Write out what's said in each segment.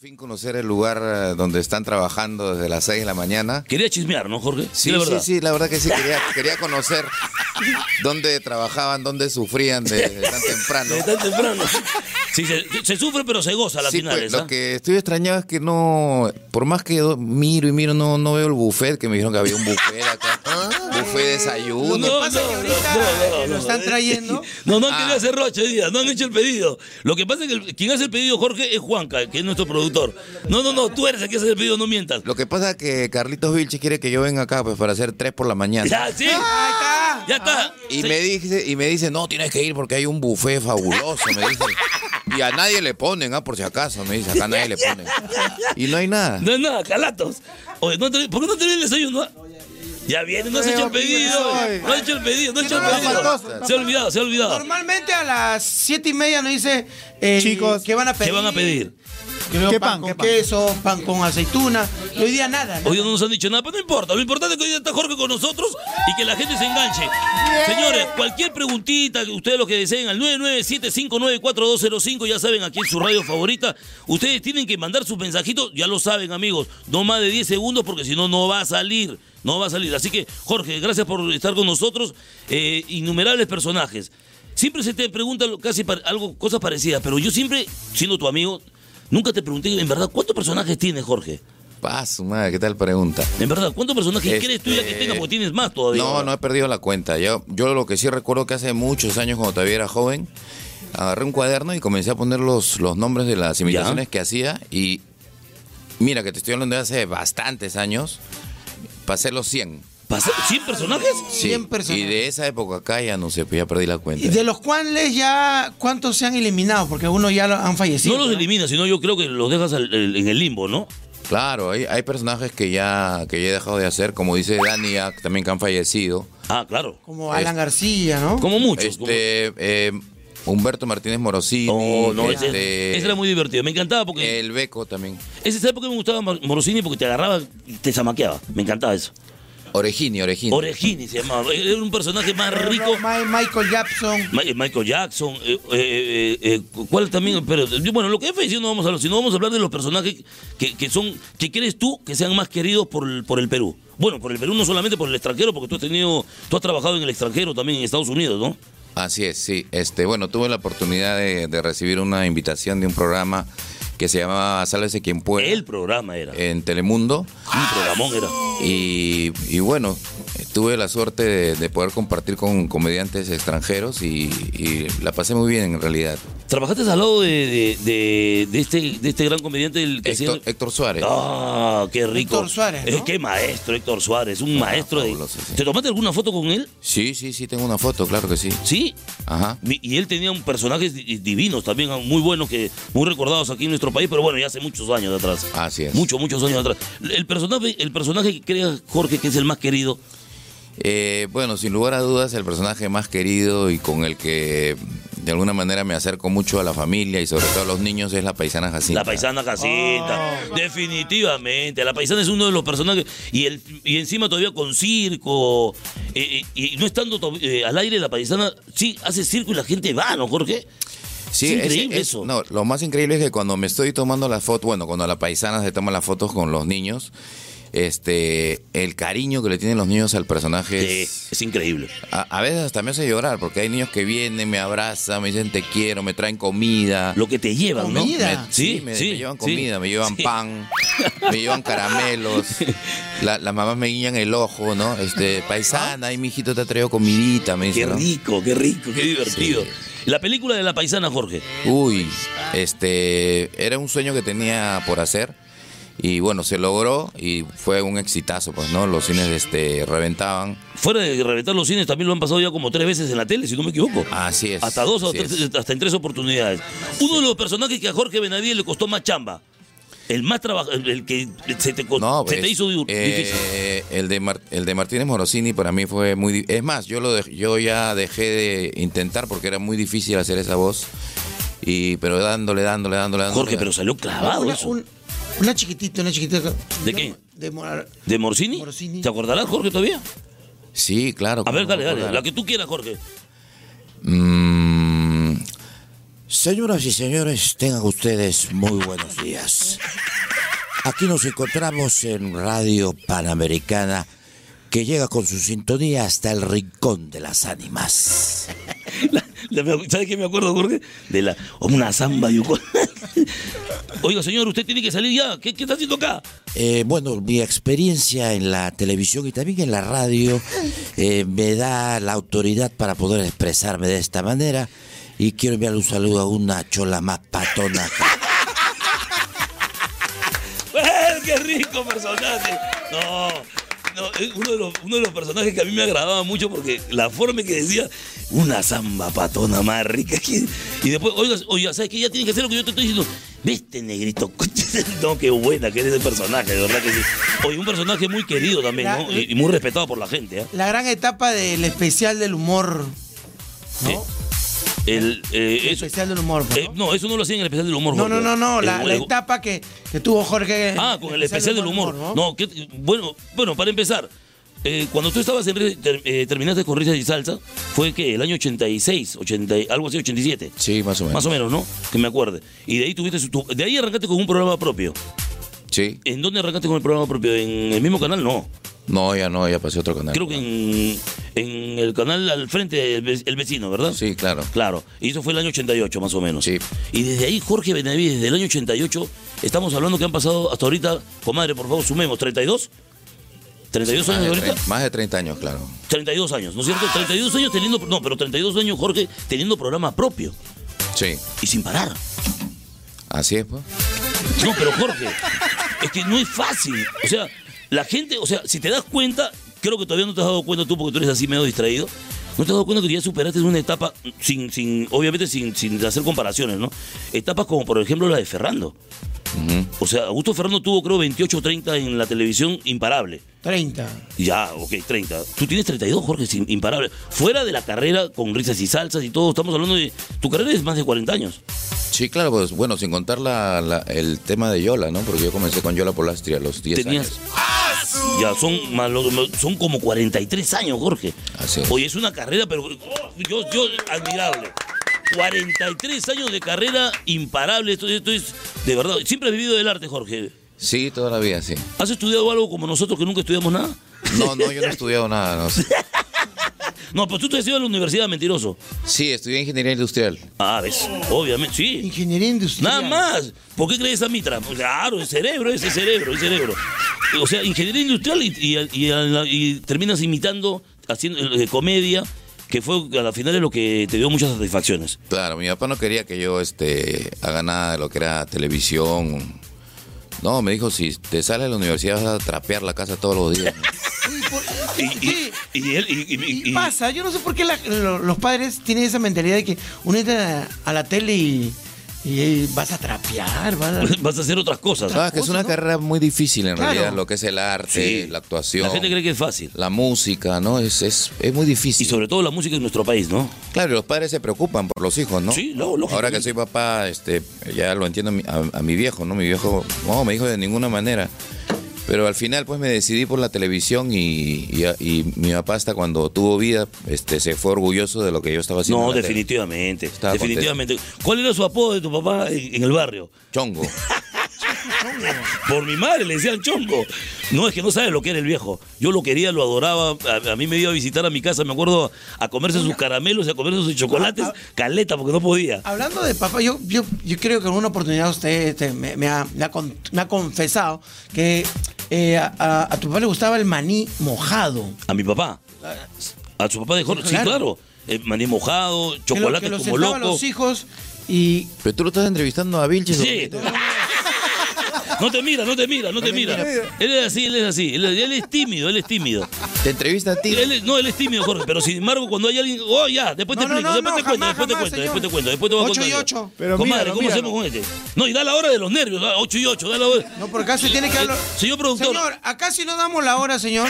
fin conocer el lugar eh, donde están trabajando desde las 6 de la mañana. Quería chismear, ¿no, Jorge? Sí, la sí, verdad. sí, la verdad que sí, quería, quería conocer dónde trabajaban, dónde sufrían de, de tan temprano. Desde tan temprano. Sí, se, se sufre, pero se goza a las Sí, pues, finales. ¿ah? lo que estoy extrañado es que no, por más que do- miro y miro, no, no veo el buffet, que me dijeron que había un buffet acá, buffet de desayuno. Ah, no, no, no, no. lo están trayendo. No, no han Ah. querido hacer roche hoy día, no han hecho el pedido. Lo que pasa es que el- quien hace el pedido, Jorge, es Juanca, que es nuestro productor. No, no, no, tú eres el que hace el pedido, no mientas. Lo que pasa es que Carlitos Vilche quiere que yo venga acá pues, para hacer 3 por la mañana. Ya, sí, Ahí ya está. Y Sí. me, dice, y me dice, no, tienes que ir porque hay un buffet fabuloso, me dice. Y a nadie le ponen, ah, por si acaso, me dice, acá nadie le ponen. Y no hay nada. No es nada, calatos. Oye, no te- ¿por qué no te viene el desayuno? ah? Ya viene, no has hecho el pedido. No has hecho el pedido, no has hecho el no, pedido. faltoso. Se ha olvidado, se ha está. olvidado. Normalmente a las siete y media nos dice, eh, Chicos, ¿qué van a pedir? ¿Qué van a pedir? Yo veo ¿Qué pan, pan? con ¿Qué pan? queso, pan con aceituna. Y hoy día nada. ¿no? Hoy no nos han dicho nada, pero no importa. Lo importante es que hoy día está Jorge con nosotros y que la gente se enganche. Señores, cualquier preguntita que ustedes lo que deseen al 997-594-205, ya saben, aquí en su radio favorita, ustedes tienen que mandar sus mensajitos, ya lo saben, amigos, no más de 10 segundos porque si no, no va a salir. No va a salir. Así que, Jorge, gracias por estar con nosotros. Eh, innumerables personajes. Siempre se te pregunta lo- casi par- algo, cosas parecidas, pero yo siempre, siendo tu amigo, nunca te pregunté, en verdad, ¿cuántos personajes tienes, Jorge? Ah, su madre, ¿qué tal pregunta? En verdad, ¿cuántos personajes Este- crees tú ya que tengas? Porque tienes más todavía. No, no he perdido la cuenta. Yo, yo lo que sí recuerdo que hace muchos años, cuando todavía era joven, agarré un cuaderno y comencé a poner los, los nombres de las imitaciones que hacía. Y mira, que te estoy hablando de hace bastantes años, pasé los 100. ¿Pasa- ¿100 personajes? Sí. 100 personas. Y de esa época acá ya no sé, pues ya perdí la cuenta. Y de los cuales ya, ¿cuántos se han eliminado? Porque algunos ya lo- han fallecido. no los ¿no? eliminas, sino yo creo que los dejas al- el- en el limbo, ¿no? Claro, hay, hay personajes que ya, que ya he dejado de hacer, como dice Dani, ah, también que han fallecido. Ah, claro. Como Alan García, ¿no? Como muchos. Este, eh, Humberto Martínez Morosini. como- Oh, No, no, ese, este, eh, ese era muy divertido. Me encantaba porque. El Beco también. ese, ¿Sabes por qué me gustaba Mor- Morosini? Porque te agarraba y te zamaqueaba. Me encantaba eso. Orejini, Orejini. Orejini se llamaba. Era un personaje más rico. Ma- Michael Jackson. Ma- eh, Michael Jackson, eh, eh, eh, eh, ¿cuál también? Pero eh, bueno, lo que he no vamos a hablar, sino vamos a hablar de los personajes que, que son, que crees tú que sean más queridos por el, por el Perú. Bueno, por el Perú no solamente por el extranjero, porque tú has tenido, tú has trabajado en el extranjero también en Estados Unidos, ¿no? Así es, sí. Este, bueno, tuve la oportunidad de, de recibir una invitación de un programa que se llamaba Sálvese quien pueda El programa era, en Telemundo. un programón era. Y, y bueno, eh, tuve la suerte de, de poder compartir con comediantes extranjeros y, y la pasé muy bien en realidad. Trabajaste al lado de, de- de- de este, de este gran comediante el que Héctor, eh. hacía- Héctor Suárez. Ah, qué rico. Héctor Suárez, Eh, ¿no? qué maestro, Héctor Suárez, un maestro de. Ah, fabuloso, sí. ¿Te tomaste alguna foto con él? Sí, sí, sí, tengo una foto, claro que sí. Sí. Ajá. Mi- Y él tenía un personajes di- divinos también, ah, muy buenos, que muy recordados aquí en nuestro país, pero bueno, ya hace muchos años de atrás. Así es. Muchos, muchos años de atrás. El personaje, el personaje que creas, Jorge, que es el más querido. Eh, bueno, sin lugar a dudas, el personaje más querido y con el que de alguna manera me acerco mucho a la familia y sobre todo a los niños es la paisana Jacinta. La paisana Jacinta. Oh. Definitivamente. La paisana es uno de los personajes. Y, el, y encima todavía con circo. eh, eh, y no estando to- eh, al aire, la paisana sí hace circo y la gente va, ¿no, Jorge? Sí, Es es- increíble es- eso. No, lo más increíble es que cuando me estoy tomando las fotos, bueno, cuando la paisana se toma las fotos con los niños, este, el cariño que le tienen los niños al personaje Sí, es... Eh, es increíble. A, a veces hasta me hace llorar porque hay niños que vienen, me abrazan, me dicen te quiero, me traen comida. Lo que te llevan, ¿no? Comida. Me- sí, me, me llevan comida, me llevan sí. pan, me llevan caramelos. La- las mamás me guiñan el ojo, ¿no? Este, paisana, ay, mi hijito te ha traído comidita, me Qué dicen. ¿no? rico, qué rico, qué divertido. Sí. La película de la paisana, Jorge. Uy, este, era un sueño que tenía por hacer. Y bueno, se logró y fue un exitazo, pues, ¿no? Los cines este, reventaban. Fuera de reventar los cines, también lo han pasado ya como tres veces en la tele, si no me equivoco. Así Ah, es, Hasta dos o así tres, es. hasta en tres oportunidades. Uno de los personajes que a Jorge Benavide le costó más chamba. El más trabajo, el, el que se te, co- No, se pues, te hizo du- difícil. eh, el, de Mar- el de Martínez Morosini para mí fue muy... di- Es más, yo, lo dej- yo ya dejé de intentar porque era muy difícil hacer esa voz. Y, pero dándole, dándole, dándole, dándole. Jorge, pero salió clavado Una, eso. un- una chiquitita, una chiquitita. ¿De qué? De Morar. ¿De Morcini? Morosini. ¿Te acordarás, Jorge, todavía? Sí, claro. A ver, cómo dale, no dale. La acordar. que tú quieras, Jorge. Mm, Señoras y señores, tengan ustedes muy buenos días. Aquí nos encontramos en Radio Panamericana, que llega con su sintonía hasta el rincón de las ánimas. La- la- ¿Sabes qué me acuerdo, Jorge? De la. Una zamba yucol. Oiga, señor, usted tiene que salir ya. ¿Qué, qué está haciendo acá? Eh, bueno, mi experiencia en la televisión y también en la radio eh, me da la autoridad para poder expresarme de esta manera. Y quiero enviarle un saludo a una chola más patona. ¡Eh, ¡Qué rico personaje! No, no, es uno de, los, uno de los personajes que a mí me agradaba mucho porque la forma en que decía, una zamba patona más rica. que-". Y después, oiga, oiga, ¿sabes qué? Ya tienes que hacer lo que yo te estoy diciendo. ¿Viste, negrito? No, qué buena que eres el personaje, de verdad que sí. Oye, un personaje muy querido también, ¿no? Y, y muy respetado por la gente, ¿ah? La gran etapa del especial del humor. El, eh, eso- Especial del humor. eh, no, eso no lo hacían en el especial del humor. No, no, Jorge. no, no. El- La, la el- etapa que, que tuvo Jorge. Ah, con el especial del humor. ¿no? No, que- bueno, bueno, para empezar, eh, cuando tú estabas en Ri- ter- eh, terminaste con Risas y Salsa, fue que el año 86, 80, y- algo así, 87. Sí, más o Más o menos, ¿no? Que me acuerde. Y de ahí tuviste su- tu- de ahí arrancaste con un programa propio. Sí. ¿En dónde arrancaste con el programa propio? ¿En el mismo canal? No. No, ya no, ya pasé a otro canal. Creo que en, en el canal al frente, el, ve- el vecino, ¿verdad? Sí, claro. Claro, y eso fue el año 88 más o menos. Sí. Y desde ahí, Jorge Benavides, desde el año 88, estamos hablando que han pasado hasta ahorita, comadre, por favor, sumemos, 32. 32 Más años de, ahorita. tre- más de 30 años, claro. 32 años, ¿no es cierto? 32 años teniendo, no, pero 32 años Jorge teniendo programa propio Sí. y sin parar. Así es, pues. No, pero Jorge, es que no es fácil. O sea, la gente, o sea, si te das cuenta, creo que todavía no te has dado cuenta tú porque tú eres así medio distraído. No te has dado cuenta que ya superaste una etapa sin, sin obviamente sin, sin hacer comparaciones, ¿no? Etapas como por ejemplo la de Ferrando. O sea, Augusto Ferrando tuvo creo 28 o 30 en la televisión imparable. 30. Ya, ok, 30. Tú tienes 32, Jorge, sin- imparable. Fuera de la carrera con risas y salsas y todo, estamos hablando de... Tu carrera es más de 40 años. Sí, claro, pues bueno, sin contar la- la- el tema de Yola, ¿no? Porque yo comencé con Yola Polastri a los 10 Tenías. años. ¡Ah, Ya, son, más los- más- son como 43 años, Jorge. Así es. Oye, es una carrera, pero. oh, yo, yo, admirable. 43 años de carrera imparable. Esto, esto es. De verdad, siempre has vivido del arte, Jorge. Sí, todavía, sí. ¿Has estudiado algo como nosotros que nunca estudiamos nada? No, no, yo no he estudiado nada. No. sé. No, pero tú te has ido a la universidad, mentiroso. Sí, estudié ingeniería industrial. Ah, ves. Obviamente, sí. Ingeniería industrial. Nada más. ¿Por qué crees a Mitra? Claro, el cerebro, ese cerebro, el cerebro. O sea, ingeniería industrial y, y- y- y terminas imitando, haciendo eh, comedia, que fue a la final de lo que te dio muchas satisfacciones. Claro, mi papá no quería que yo este, haga nada de lo que era televisión. No, me dijo, si te sales de la universidad vas a trapear la casa todos los días. Uy, por- Y, y- y él, y- y- Y y- pasa, yo no sé por qué la- lo- los padres tienen esa mentalidad de que uno entra a la tele y, y vas a trapear, vas a- vas a hacer otras cosas. Sabes que es una ¿no? carrera muy difícil en Claro. realidad, lo que es el arte, Sí. la actuación, La gente cree que es fácil. la música, ¿no? Es, es, es muy difícil. Y sobre todo la música en nuestro país, ¿no? Claro, y los padres se preocupan por los hijos, ¿no? Sí, no, lógicamente. Ahora que soy papá, este, ya lo entiendo a mi- a, a mi viejo, ¿no? Mi viejo no me dijo de ninguna manera. Pero al final, pues me decidí por la televisión y, y, y mi papá, hasta cuando tuvo vida, este, se fue orgulloso de lo que yo estaba haciendo. No, en la tele. definitivamente. Estaba definitivamente. ¿Cuál era su apodo de tu papá en- en el barrio? Chongo. Por mi madre le decían chongo. No, es que no sabes lo que era el viejo. Yo lo quería, lo adoraba. A, a mí me iba a visitar a mi casa, me acuerdo, a comerse sus caramelos, y a comerse sus chocolates. Ah, Caleta, porque no podía. Hablando de papá, yo, yo, yo creo que en una oportunidad usted este, me, me ha, me ha con- me ha confesado que eh, a, a- a tu papá le gustaba el maní mojado. A mi papá. A su papá de Jorge. Sí, Ah. Claro. claro. Eh, maní mojado, Que lo- chocolates que lo como sentaba a loco. los hijos y Pero tú lo estás entrevistando a Vilches. Sí. No te mira, no te mira, no, te me mira. Él es así, él es así. Él, él es tímido, él es tímido. Te entrevista a ti. Él es- no, él es tímido, Jorge. Pero sin embargo, cuando hay alguien. Oh, ya, después te No, no, explico, no, después no, te cuento, jamás, después te jamás, cuento, señor. después te cuento, después te voy a Ocho contar. y yo. ocho. Pero Comadre, míralo, ¿cómo hacemos con este? No, y da la hora de los nervios, 8 y 8, da la hora. No, por acaso tiene que Eh, hablar. señor productor. Señor, acá si no damos la hora, señor.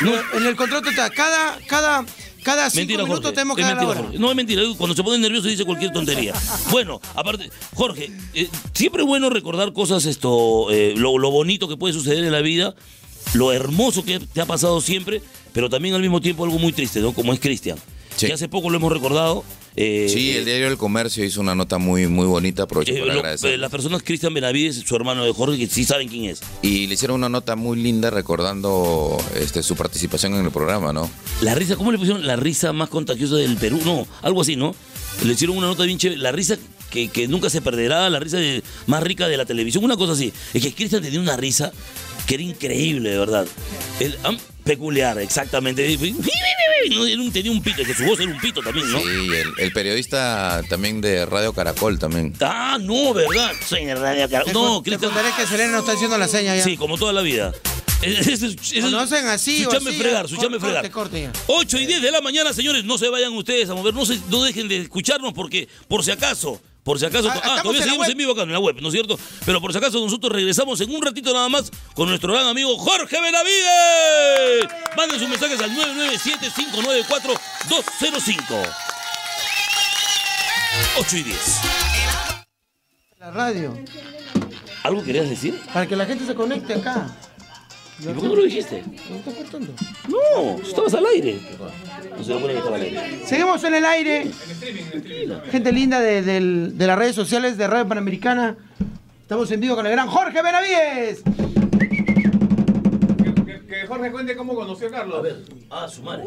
No. En el contrato está. Cada, cada, cada cinco Mentira, minutos Jorge. tenemos que Es dar la mentira, hora. Jorge. No es mentira. Cuando se pone nervioso dice cualquier tontería. Bueno, aparte, Jorge, eh, siempre es bueno recordar cosas, esto, eh, lo, lo bonito que puede suceder en la vida, lo hermoso que te ha pasado siempre, pero también al mismo tiempo algo muy triste, ¿no? Como es Cristian. Sí. que hace poco lo hemos recordado. eh, Sí, el diario del comercio hizo una nota muy, muy bonita, aprovecho eh, para lo- agradecer. eh, las personas Cristian Benavides, su hermano de Jorge, que sí saben quién es. Y le hicieron una nota muy linda recordando este, su participación en el programa, ¿no? La risa, ¿cómo le pusieron? La risa más contagiosa del Perú, no, algo así, ¿no? Le hicieron una nota bien chévere, la risa que, que nunca se perderá, la risa de- más rica de la televisión, una cosa así. Es que Cristian tenía una risa que era increíble, de verdad. Él, am, peculiar, exactamente. No, era un- tenía un pito, que su voz era un pito también, ¿no? Sí, y el, el periodista también de Radio Caracol también. Ah, no, ¿verdad? Señor Radio Car- Te No, con- te Cristian. contaré que Selena nos está haciendo la seña ya. Sí, como toda la vida. Ese- ese- ese- Cuando hacen así Su o chame así, fregar, ya, su chame corte, fregar. corte ya. 8 y 10 de la mañana, señores, no se vayan ustedes a mover, no, se- no dejen de escucharnos porque, por si acaso, por si acaso, Ah, ah, estamos todavía en la seguimos web. en vivo acá en la web, ¿no es cierto? Pero por si acaso nosotros regresamos en un ratito nada más con nuestro gran amigo Jorge Benavides. Manden sus mensajes al 997-594-205. 8 y 10. La radio. ¿Algo querías decir? Para que la gente se conecte acá. ¿Y por qué no lo dijiste? ¿No estás cortando? No, estabas al aire. No se lo pone que estaba al aire. Seguimos en el aire. Gente linda de, del- de las redes sociales de Radio Panamericana. Estamos en vivo con el gran Jorge Benavides. Que, que Jorge cuente cómo conoció a Carlos. Ah, su madre.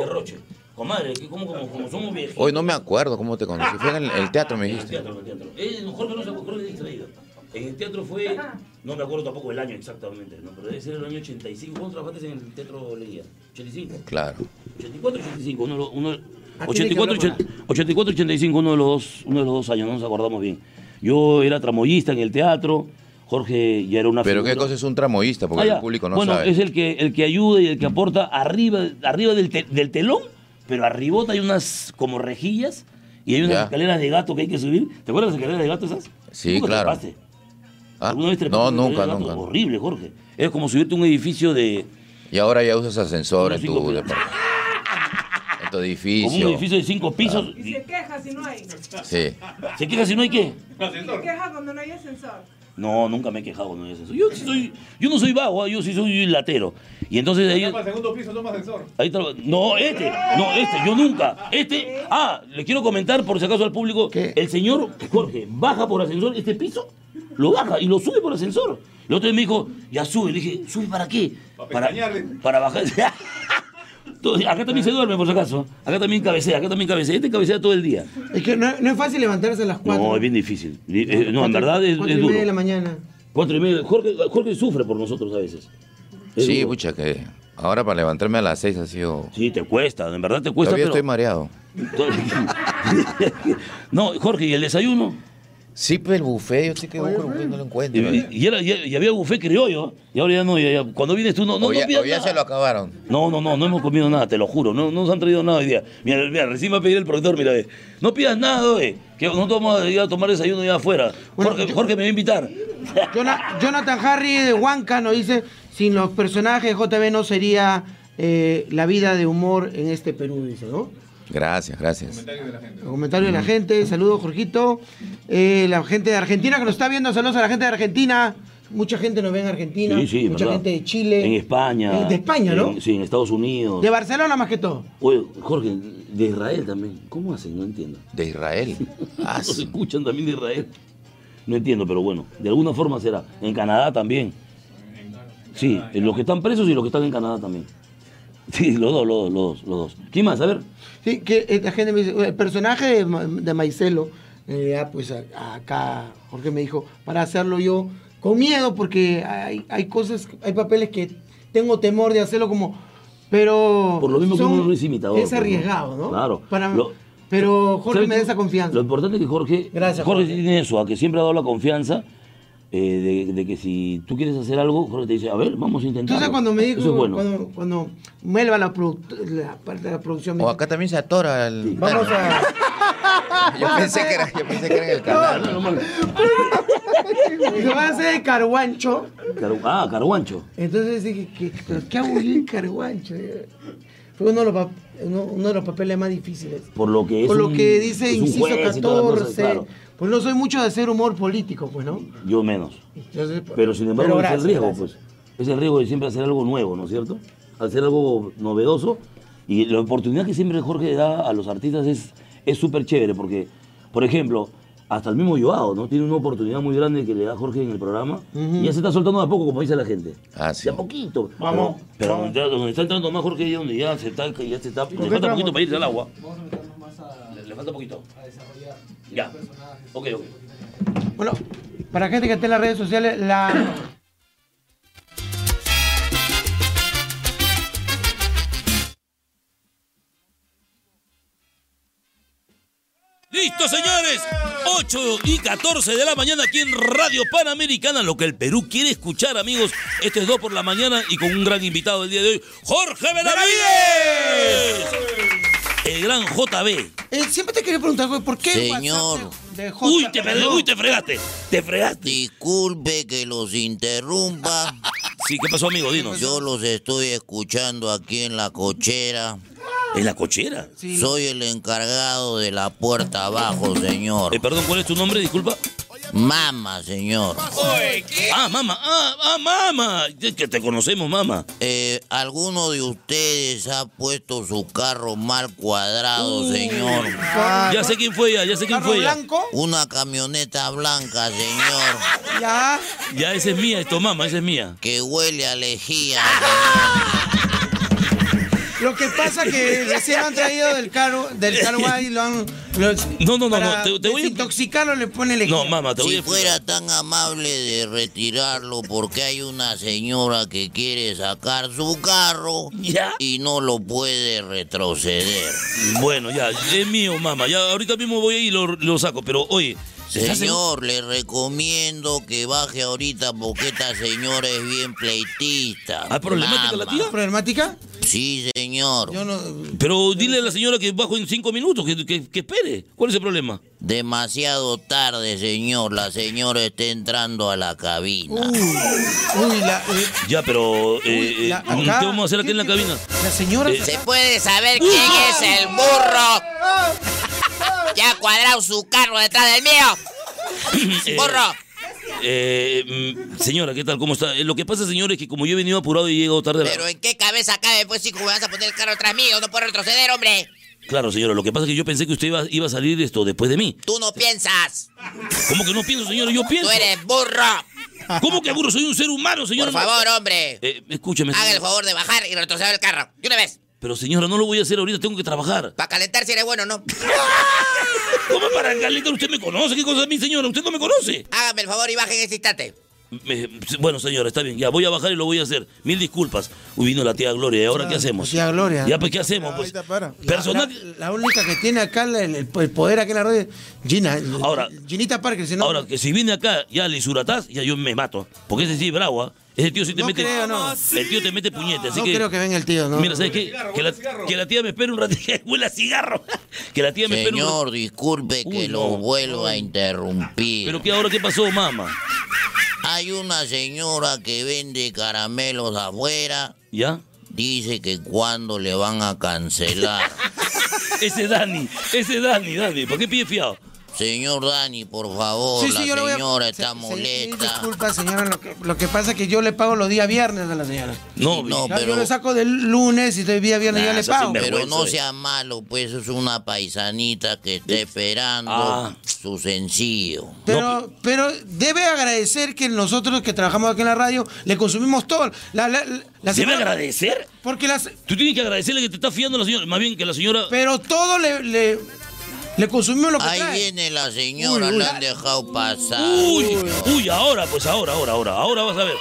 Qué roche. Comadre, que como, como, como somos viejos. Hoy no me acuerdo cómo te conocí. Fue en el, el teatro, me En el dijiste. teatro, en el teatro. Eh, mejor que no se acuerdo de distraído. En el teatro fue. No me acuerdo tampoco el año exactamente, ¿no? pero debe ser el año 85. ¿Cuándo trabajaste en el teatro Leguía? 85. Claro. 84, 85. Uno, de los- uno, Ah, tiene que 84, hablar con 84, 85, uno de, los dos, uno de los dos años, no nos acordamos bien. Yo era tramoyista en el teatro. Jorge ya era una Pero qué figura. cosa es un tramoyista, porque Ah, ya. el público no bueno, sabe. es el que, el que ayuda y el que aporta arriba, arriba del, te- del telón, pero arribota hay unas como rejillas y hay unas Ya. escaleras de gato que hay que subir. ¿Te acuerdas de las escaleras de gato esas? Sí, ¿Nunca claro. trepaste? Ah, ¿Alguna vez trepaste No, una nunca, escalera de gato? nunca. Horrible, Jorge. Es como subirte a un edificio de... Y ahora ya usas ascensor en Como tu, cinco depart- en tu Como un edificio. edificio Eh, de cinco pisos. Y se queja si no hay. Se Sí. ¿Se queja si no hay qué? queja cuando no hay ascensor. No, nunca me he quejado. No es eso. Yo, sí soy, yo no soy vago, ¿ah? yo sí soy latero. Y entonces ahí... Para el segundo piso toma ascensor. Ahí está. No, este, no, este, yo nunca. Este, ah, le quiero comentar por si acaso al público, ¿Qué? el señor Jorge baja por ascensor este piso, lo baja y lo sube por ascensor. El otro día me dijo, ya sube, le dije, ¿sube para qué? Para para, pestañearle. para bajar. Todo- Acá también se duerme, por si acaso. Acá también cabecea, acá también cabecea. Este cabecea todo el día. Es que no, no es fácil levantarse a las cuatro. No, es bien difícil. Eh, eh, No, en Cuatro- verdad es, cuatro es y duro. media de la mañana. Cuatro y media. Jorge, Jorge sufre por nosotros a veces. Es Sí, duro. pucha, que ahora para levantarme a las seis ha sido... Sí, te cuesta, en verdad te cuesta. Todavía Pues, pero- estoy mareado. No, Jorge, ¿y el desayuno? Sí, pero el buffet, yo estoy que busco el buffet y no lo Y, encuentro. eh. y- y era- y- y había buffet criollo, y ahora ya no, ya- ya- cuando vienes tú no, no, O no ya- pidas o ya nada. se lo acabaron. No, no, no, no hemos comido nada, te lo juro, no, no nos han traído nada hoy día. Mira, mira, recién va a pedir el productor, mira, eh, no pidas nada, hoy, que nosotros vamos a ir a tomar desayuno ya afuera. Bueno, Jorge, yo- Jorge me va a invitar. Jona- Jonathan Harry de Huanca nos dice, sin los personajes JB no sería eh, la vida de humor en este Perú, dice, ¿no? Gracias, gracias. Los comentarios Mm. de la gente, saludos Jorgito, Eh, la gente de Argentina que nos está viendo, saludos a la gente de Argentina, mucha gente nos ve en Argentina, Sí, sí, mucha ¿verdad? gente de Chile, En España. Eh, de España, ¿no? En- sí, en Estados Unidos. de Barcelona más que todo. Oye, Jorge, de Israel también. ¿Cómo hacen? No entiendo. De Israel. Ah, Nos sí. escuchan también de Israel. No entiendo, pero bueno, de alguna forma será. En Canadá también. Sí, en los que están presos y los que están en Canadá también. Sí, los dos, los dos, los dos, los dos. ¿Quién más? A ver. Sí, que eh, la gente me dice, el personaje de, Ma- de Maicelo, eh, ah, pues a- acá Jorge me dijo, para hacerlo yo con miedo, porque hay, hay cosas, hay papeles que tengo temor de hacerlo como, pero... Por lo mismo que son- uno no es imitador, Es pues, ¿no? arriesgado, ¿no? Claro. Para- Lo- pero Jorge ¿Sabes me da qué? esa confianza. Lo importante es que Jorge, Gracias, Jorge, Jorge. tiene eso, a que siempre ha dado la confianza eh, de, de que si tú quieres hacer algo, Jorge te dice, a ver, vamos a intentar. Entonces cuando me dijo, Eso es bueno. cuando, cuando Melva, la, product- la parte de la producción, me O dijo, acá también se atora el... vamos a... Yo pensé que era, yo pensé que era en el canal. No, no, no. Lo van a hacer de carguancho. Caru- ah, Caruancho. Entonces dije, ¿qué, pero qué hago yo en Carguancho? Fue uno de, los, pa- uno, uno de los papeles más difíciles. Por lo que es Por lo un- que dice es un inciso juez y todas las cosas, 14. claro. Pues no soy mucho de hacer humor político, pues, ¿no? Yo menos. Entonces, pues, Pero sin embargo pero es gracias, el riesgo, gracias. pues. Es el riesgo de siempre hacer algo nuevo, ¿no es cierto? Hacer algo novedoso Y la oportunidad que siempre Jorge da a los artistas es es súper chévere porque, por ejemplo, hasta el mismo Joao, ¿no? Tiene una oportunidad muy grande que le da Jorge en el programa y ya se está soltando de a poco, como dice la gente. Ah, sí. De a poquito. Vamos, Pero, pero vamos. ya donde está entrando más Jorge es donde ya se está, que ya se está, le falta entramos? poquito para irse al agua. Vamos a meternos más a, Le, le falta poquito. a desarrollar Ya. personajes. Ok, ok. pues. Bueno, para gente que esté en las redes sociales, la. Listo, señores. 8 y 14 de la mañana aquí en Radio Panamericana. Lo que el Perú quiere escuchar, amigos. Este es 2 por la mañana y con un gran invitado el día de hoy, Jorge Benavides. El gran JB. Eh, siempre te quería preguntar, güey, ¿por qué el Señor. WhatsApp de- de J- Uy, te, perdí, uy, te fregaste. Te fregaste. Disculpe que los interrumpa. Sí, ¿qué pasó, amigo? Dinos. Yo los estoy escuchando aquí en la cochera. En la cochera. Sí. Soy el encargado de la puerta abajo, señor. Eh, perdón, ¿cuál es tu nombre? Disculpa. Mama, señor. Ah, mamá. Ah, ah, mamá. Es Que te conocemos, mamá. Eh, ¿Alguno de ustedes ha puesto su carro mal cuadrado, señor? Ya sé quién fue ella, ya sé quién Carro fue ella. blanco, Una camioneta blanca, señor, ya. Ya, esa es mía, esto, mamá, esa es mía. que huele a lejía. Lo que pasa que recién lo han traído del caro, del Caruay y lo han. lo- No, no, no, para no, te- te voy a- desintoxicarlo le pone el No, mamá, te voy a Si explicar. fuera tan amable de retirarlo porque hay una señora que quiere sacar su carro Ya. y no lo puede retroceder. Bueno, ya, es mío, mamá. Ya ahorita mismo voy y lo, lo saco, pero oye. ¿estás seguro? Señor, le recomiendo que baje ahorita porque esta señora es bien pleitista. ¿Ah, problemática la Mama. tía? ¿Problemática? Sí, señor. Yo no. uh, Pero dile a la señora que bajo en cinco minutos, que, que- que espere. ¿Cuál es el problema? Demasiado tarde, señor. La señora está entrando a la cabina. Uy, uy, la. eh, Ya, pero. eh, uy, la- eh, ¿Qué acá, vamos a hacer aquí en la ¿qué- qué- cabina? La señora. Eh, ¿Se puede saber quién es el burro? ¿Ya ha cuadrado su carro detrás del mío? Eh, ¡Burro! eh, mm, señora, ¿qué tal? ¿Cómo está? Eh, lo que pasa, señor, es que como yo he venido apurado y he llegado tarde. a la- ¿Pero eh. en qué cabeza cabe, pues, hijo? ¿Me vas a poner el carro detrás mío? No puedo retroceder, hombre. Claro, señora, lo que pasa es que yo pensé que usted iba, iba a salir esto después de mí. Tú no piensas. ¿Cómo que no pienso, señora? Yo Tú pienso. eres burro. ¿Cómo que burro? Soy un ser humano, señora. Por favor, hombre. Eh, escúcheme. Haga el señora. favor de bajar y retroceder el carro. De una vez. Pero, señora, no lo voy a hacer ahorita, tengo que trabajar. Para calentar si eres bueno o no. ¿Cómo para Carlita? ¿Usted me conoce? ¿Qué cosa a mí, señora? ¿Usted no me conoce? Hágame el favor y baje en este instante. Me- bueno, señora, está bien. Ya voy a bajar y lo voy a hacer. Mil disculpas. Uy, vino la tía Gloria. ¿Y ahora qué hacemos? Tía Gloria. Ya, pues, ¿qué hacemos? Pues? la- Personal... La, la única que tiene acá el, el- el poder aquí en la radio Gina. Ahora- Ginita Parker, si no. Ahora, que si viene acá ya le suratás, ya yo me mato. Porque ese sí es bravo, ¿ah? Ese tío sí te No mete... creo, no. El tío te mete puñete, así no que... creo que venga el tío, ¿no? Mira, ¿sabes qué? Cigarro, Que huele la, a cigarro. que la tía me espere un ratito. Huele a cigarro. que la tía me espere un ratito. Señor, disculpe que Uy, lo no. vuelva a interrumpir. ¿Pero qué ahora qué pasó, mamá? Hay una señora que vende caramelos afuera. ¿Ya? Dice que cuando le van a cancelar. Ese es Dani. Ese es Dani, Dani. ¿Por qué pide fiado? Señor Dani, por favor, Sí, sí, yo le la voy a- señora se- está se- mil molesta. disculpas, señora. Lo que, lo que pasa es que yo le pago los días viernes a la señora. No, no, Ya, Yo pero, le saco del lunes y el día viernes Nah, yo le eso sí pago. me- pero no vergüenza, eh. sea malo, pues es una paisanita que está esperando Ah. su sencillo. Pero, pues- pero debe agradecer que nosotros que trabajamos aquí en la radio le consumimos todo. La, la- la- la ¿Debe señora- agradecer? Porque las. Tú tienes que agradecerle que te está fiando la señora. Más bien que la señora. Pero todo le, le, le consumimos lo que Ahí trae. viene la señora, la han dejado pasar. Uy, uy, ahora, pues ahora, ahora, ahora. Ahora vas a ver.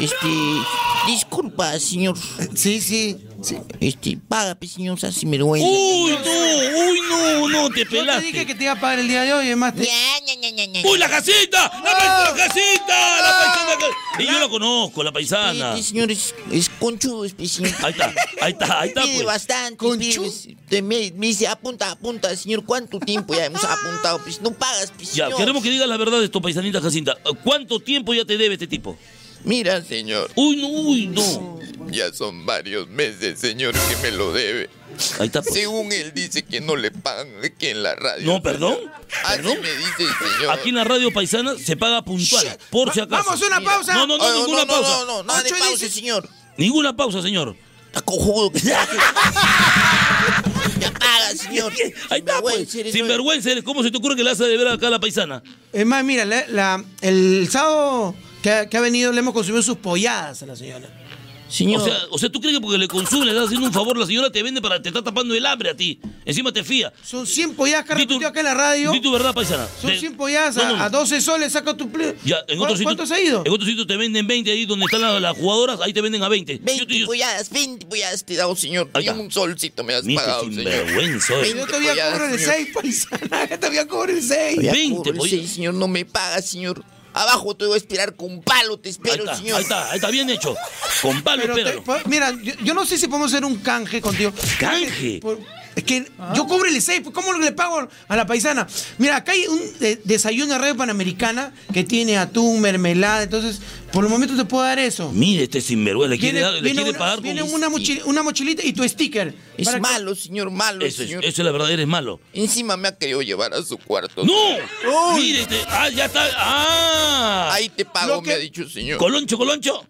Este, disculpa, señor. Sí, sí. Sí, Este, paga, pues, señor, esa sinvergüenza. Uy, no, uy, no, no, te Yo te dije pelaste. que te iba a pagar el día de hoy, además te... Ña, Ña, Ña, Ña, Ña. ¡Uy, la casita! ¡La paisana casita! ¡La paisana casita! Y yo Ah. la conozco, la paisana. Este señor es, es conchudo, este señor. Ahí está, ahí está, ahí está. Pide Pues. bastante. Conchu. pide, te- me, me dice, apunta, apunta, señor, ¿cuánto tiempo ya hemos apuntado? Pues no pagas, pues, Ya, señor. queremos que digas la verdad de esto, paisanita Jacinta. ¿Cuánto tiempo ya te debe este tipo? Mira, señor, Uy, no, uy, no. ya son varios meses, señor, que me lo debe. Ahí está. Pues. Según él dice que no le pagan aquí en la radio. No, perdón. Así Perdón. me dice, señor. Aquí en la radio paisana se paga puntual, por si acaso. Vamos a una pausa. No, no, no, Ay, ninguna pausa. No, no, no, nada de Ocho y pausa, dice- señor. Ninguna pausa, señor. Está cojudo que está aquí. Ya paga, señor. Ahí está, pues. Sinvergüenza eres, oye. Sinvergüenza eres. ¿Cómo se te ocurre que le haces de ver acá a la paisana? Es más, mira, la- la- el sábado que ha, que ha venido le hemos consumido sus polladas a la señora. Señor. O sea, o sea, ¿tú crees que porque le consumes le estás haciendo un favor? La señora te vende para... Te está tapando el hambre a ti. Encima te fía. Son 100 polladas que ha Di tu- repetido acá en la radio. Di tu verdad, paisana. Son Te- 100 polladas No, no, no. a, a 12 soles, saca tu pliego. Ya, en otro ¿Cuánto, sitio, cuánto se ha ido? En otro sitio te venden 20 ahí donde están las, las jugadoras, ahí te venden a 20. Yo te- 20 yo- polladas, 20 polladas te he dado, señor. Ahí Ni está. un solcito me has Mijo, pagado, señor. sinvergüenza, Y oye. yo todavía polladas, cobro el señor. 6, paisana. Yo todavía cobro el 6. Ya 20 cobro, polladas. Sí, señor, no me pagas, señor. Abajo te voy a esperar con palo, te Ahí espero, está, señor. ahí está, ahí está bien hecho. Con palo, Pero te- espéralo. po- mira, yo, yo no sé si podemos hacer un canje contigo. ¿Canje? Por- es que yo cobro el 6, ¿cómo le pago a la paisana? Mira, acá hay un de- desayuno de radio panamericana que tiene atún, mermelada, entonces por el momento te puedo dar eso. Mire, este sinvergüenza, le quiere, dar- le quiere una, pagar con... viene una, mochi- una mochilita y tu sticker. Es Para que- malo, señor, malo, Eso es, señor. eso es la verdad, eres malo. Encima me ha querido llevar a su cuarto. ¡No! Mire, este, ah, ya está. ¡Ah! Ahí te Lo pago, que- me ha dicho, señor. Coloncho, coloncho.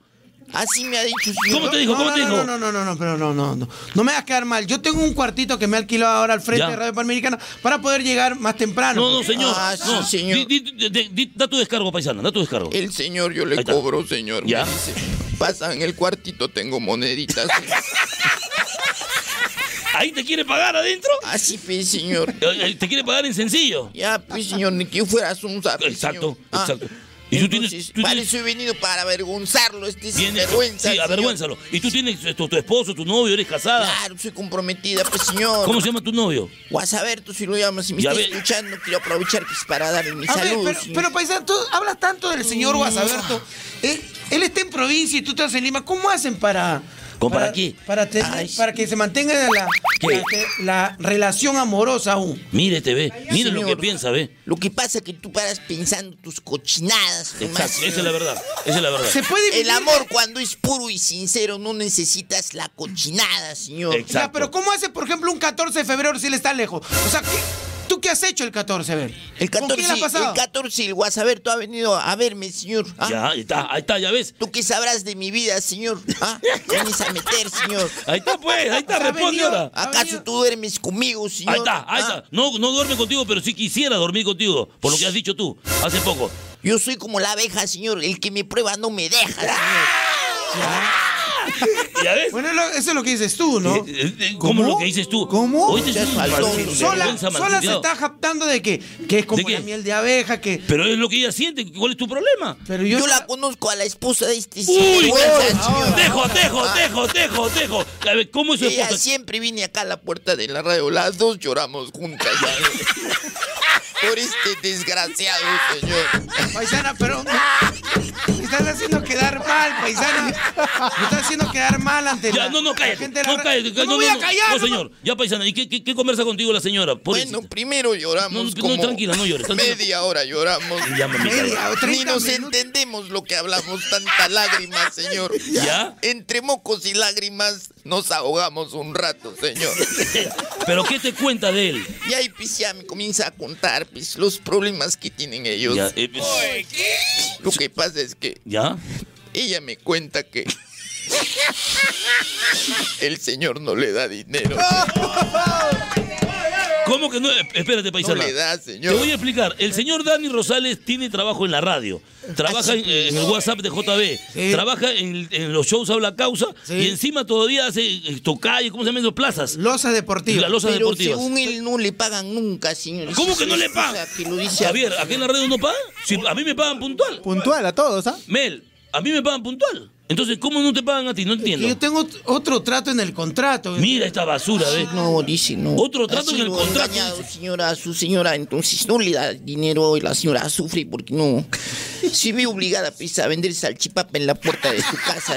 Así me ha dicho, señor. ¿Cómo te dijo? No, ¿Cómo no, te no, dijo? No, no, no, no, pero no, no, no. No me vas a quedar mal. Yo tengo un cuartito que me he alquilado ahora al frente Ya. de Radio Panamericana para poder llegar más temprano. No, no, señor. Ah, sí, no. señor. Eh. Di- di- di- di- da tu descargo, paisana, da tu descargo. El señor, yo Ahí le está. cobro, señor. Ya. Me dice, pasa en el cuartito, tengo moneditas. Ahí te quiere pagar adentro. Así, pues, señor. Eh, eh, Te quiere pagar en sencillo. Ya, pues, señor, ni que fueras un sapo. Exacto, señor. Ah, exacto. Y tú tienes- entonces, tú para tienes- eso he venido, para avergonzarlo, este Bien hecho. sinvergüenza. Sí, señor. avergüénzalo. Y tú tienes tu, tu esposo, tu novio, eres casada. Claro, soy comprometida, pues, señor. ¿Cómo se llama tu novio? Vas a ver tú si lo llamas, si me Ya estás ve. escuchando, quiero aprovechar pues, para darle mi A ver, saludo. pero, señor. pero paisano, tú hablas tanto del señor Guasaberto. Él, él está en provincia y tú estás en Lima. ¿Cómo hacen para. ¿Cómo para qué? Para, te- Ay, sí. para que se mantenga la, ¿Qué? la que- la relación amorosa aún. Mire, te ve. Mira lo que Señor. piensa, ve. Lo que pasa es que tú paras pensando tus cochinadas. nomás, Exacto, esa señor. es la verdad. Esa es la verdad. Se puede vivir- El amor cuando es puro y sincero no necesitas la cochinada, señor. Exacto. Ya, pero ¿cómo hace, por ejemplo, un 14 de febrero si él está lejos? O sea, ¿qué- ¿tú qué has hecho el 14? A ver. El ¿Con 14, quién la has pasado? el 14, el guasaberto ha venido a verme, señor. ¿ah? Ya, ahí está, ahí está, ya ves. ¿Tú qué sabrás de mi vida, señor? ¿Ah? Vienes a meter, señor. Ahí está, pues, ahí está, O sea, ha responde venido- ahora. ¿Acaso tú duermes conmigo, señor? Ahí está, ahí ¿Ah? está. No, no duerme contigo, pero sí quisiera dormir contigo, por lo que has dicho tú hace poco. Yo soy como la abeja, señor. El que me prueba no me deja, señor. ¿Ya ves? Bueno, lo- eso es lo que dices tú, ¿no? Eh, eh, eh, ¿Cómo ¿Cómo? lo que dices tú? ¿Cómo? Hoy te Ya es un faltó. mal- Sola, vergüenza, sola se malcriado. está jactando de que, que es ¿De como qué? la miel de abeja, que... Pero es lo que ella siente. ¿Cuál es tu problema? Pero Yo, yo, la conozco a la esposa de este ¡Uy! sinvergüenza, señor. Tejo, tejo, tejo, tejo, tejo. A ver, ¿cómo es su Ella esposa? siempre viene acá a la puerta de la radio. Las dos lloramos juntas. Por este desgraciado, señor. Paisana, pero... Me estás haciendo quedar mal, paisana. Me estás haciendo quedar mal ante Ya, la, no, no, la cállate. gente de la No, ra- cállate. No, me voy a callar. No, no me- señor. Ya, paisana, ¿y qué, qué- qué conversa contigo la señora? Pobrecita. Bueno, primero lloramos este- No, no, como tranquila, no llores, tranquila. media hora lloramos. Ya, mamita. pues Media o Ni 30 nos minutos. entendemos lo que hablamos, tanta lágrima, señor. ¿Ya? Entre mocos y lágrimas nos ahogamos un rato, señor. ¿Pero qué te cuenta de él? Y ahí pues ya me comienza a contar pues, los problemas que tienen ellos. Ya, eh, pues, Lo que pasa es que ¿ya? ella me cuenta que el señor no le da dinero. ¿Cómo que no? Eh, Espérate, paisana. No le da, señor. Te voy a explicar. El señor Dani Rosales tiene trabajo en la radio. Trabaja en, eh, en el WhatsApp de JB. Sí. Trabaja en, en los shows Habla Causa. Sí. Y encima todavía hace eh, tocalle, ¿cómo se llaman esos plazas? Losa Y deportiva. las losas Pero deportivas. según él no le pagan nunca, señor. ¿Cómo que no le O sea, pagan? que lo dice Javier, ¿a qué en la radio no pagan? Si a mí me pagan puntual. Puntual a todos, ¿ah? Mel, a mí me pagan puntual. Entonces, ¿cómo no te pagan a ti? No Que yo entiendo. tengo ot- otro trato en el contrato. Mira esta basura, ¿ves? No, dice no. Otro trato Ha en el sido contrato, engañado, dice. señora, su señora, entonces no le da dinero y la señora sufre porque no. Se ve obligada pues, a vender salchipapa en la puerta de su casa.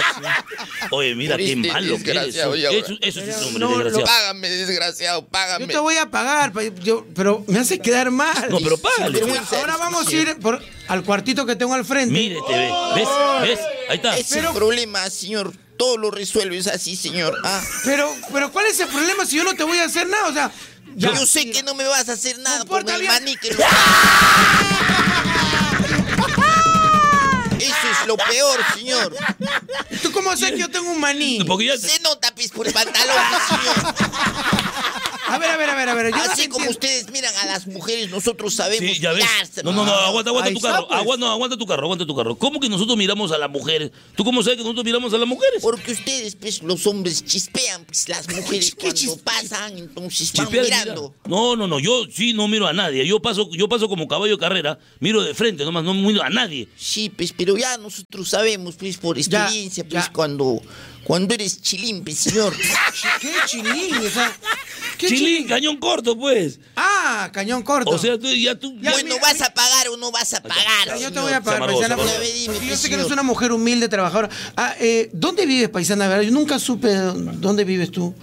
Oye, mira Por qué este malo que eres. ¿eh? desgraciado, Eso, ya ahora. eso sí es un hombre No, lo sí. desgraciado. Págame, desgraciado, págame. Yo te voy a pagar, pa- yo- pero me hace quedar mal. No, pero págale. pues. Pero- Ahora vamos a ir por- al cuartito que tengo al frente. Mire, te ve. este, ¿Ves? ¿Ves? Ahí está. Es el problema, señor. Todo lo resuelves así, señor. Ah, Pero, pero ¿cuál es el problema si yo no te voy a hacer nada? O sea, ya. yo sé que no me vas a hacer nada con Comporta el bien. manique. lo- Eso es lo peor, señor. ¿Tú cómo sé que yo tengo un maní? Porque ya Se nota, pis, por el pantalón, señor. A ver, a ver, a ver, a ver. Yo no Así te como entiendo. ustedes miran a las mujeres, nosotros sabemos Sí, ya ves. mirarse, No, no, no, hermano. aguanta, aguanta Ahí tu está, carro. pues. Aguanta, no, aguanta tu carro, aguanta tu carro. ¿Cómo que nosotros miramos a las mujeres? ¿Tú cómo sabes que nosotros miramos a las mujeres? Porque ustedes, pues, los hombres chispean, pues, las mujeres cuando pasan, entonces van Chispear y mirar. mirando. No, no, no, yo sí no miro a nadie. Yo paso, yo paso como caballo de carrera, miro de frente, nomás no miro a nadie. Sí, pues, pero ya nosotros sabemos, pues, por Ya, experiencia, pues, ya. cuando, cuando eres chilín, pues, señor. ¿Qué chilín? O sea, ¿qué Chilín, cañón corto, pues. Ah, cañón corto. O sea, tú ya tú. Ya, bueno, mira, ¿vas mira. a pagar o no vas a pagar? yo te señor? voy a pagar, amargó, paisana. se amargó. porque- Dime, porque yo pues, sé que eres señor. una mujer humilde, trabajadora. Ah, eh, ¿Dónde vives, paisana? Verdad, Yo nunca supe dónde vives tú.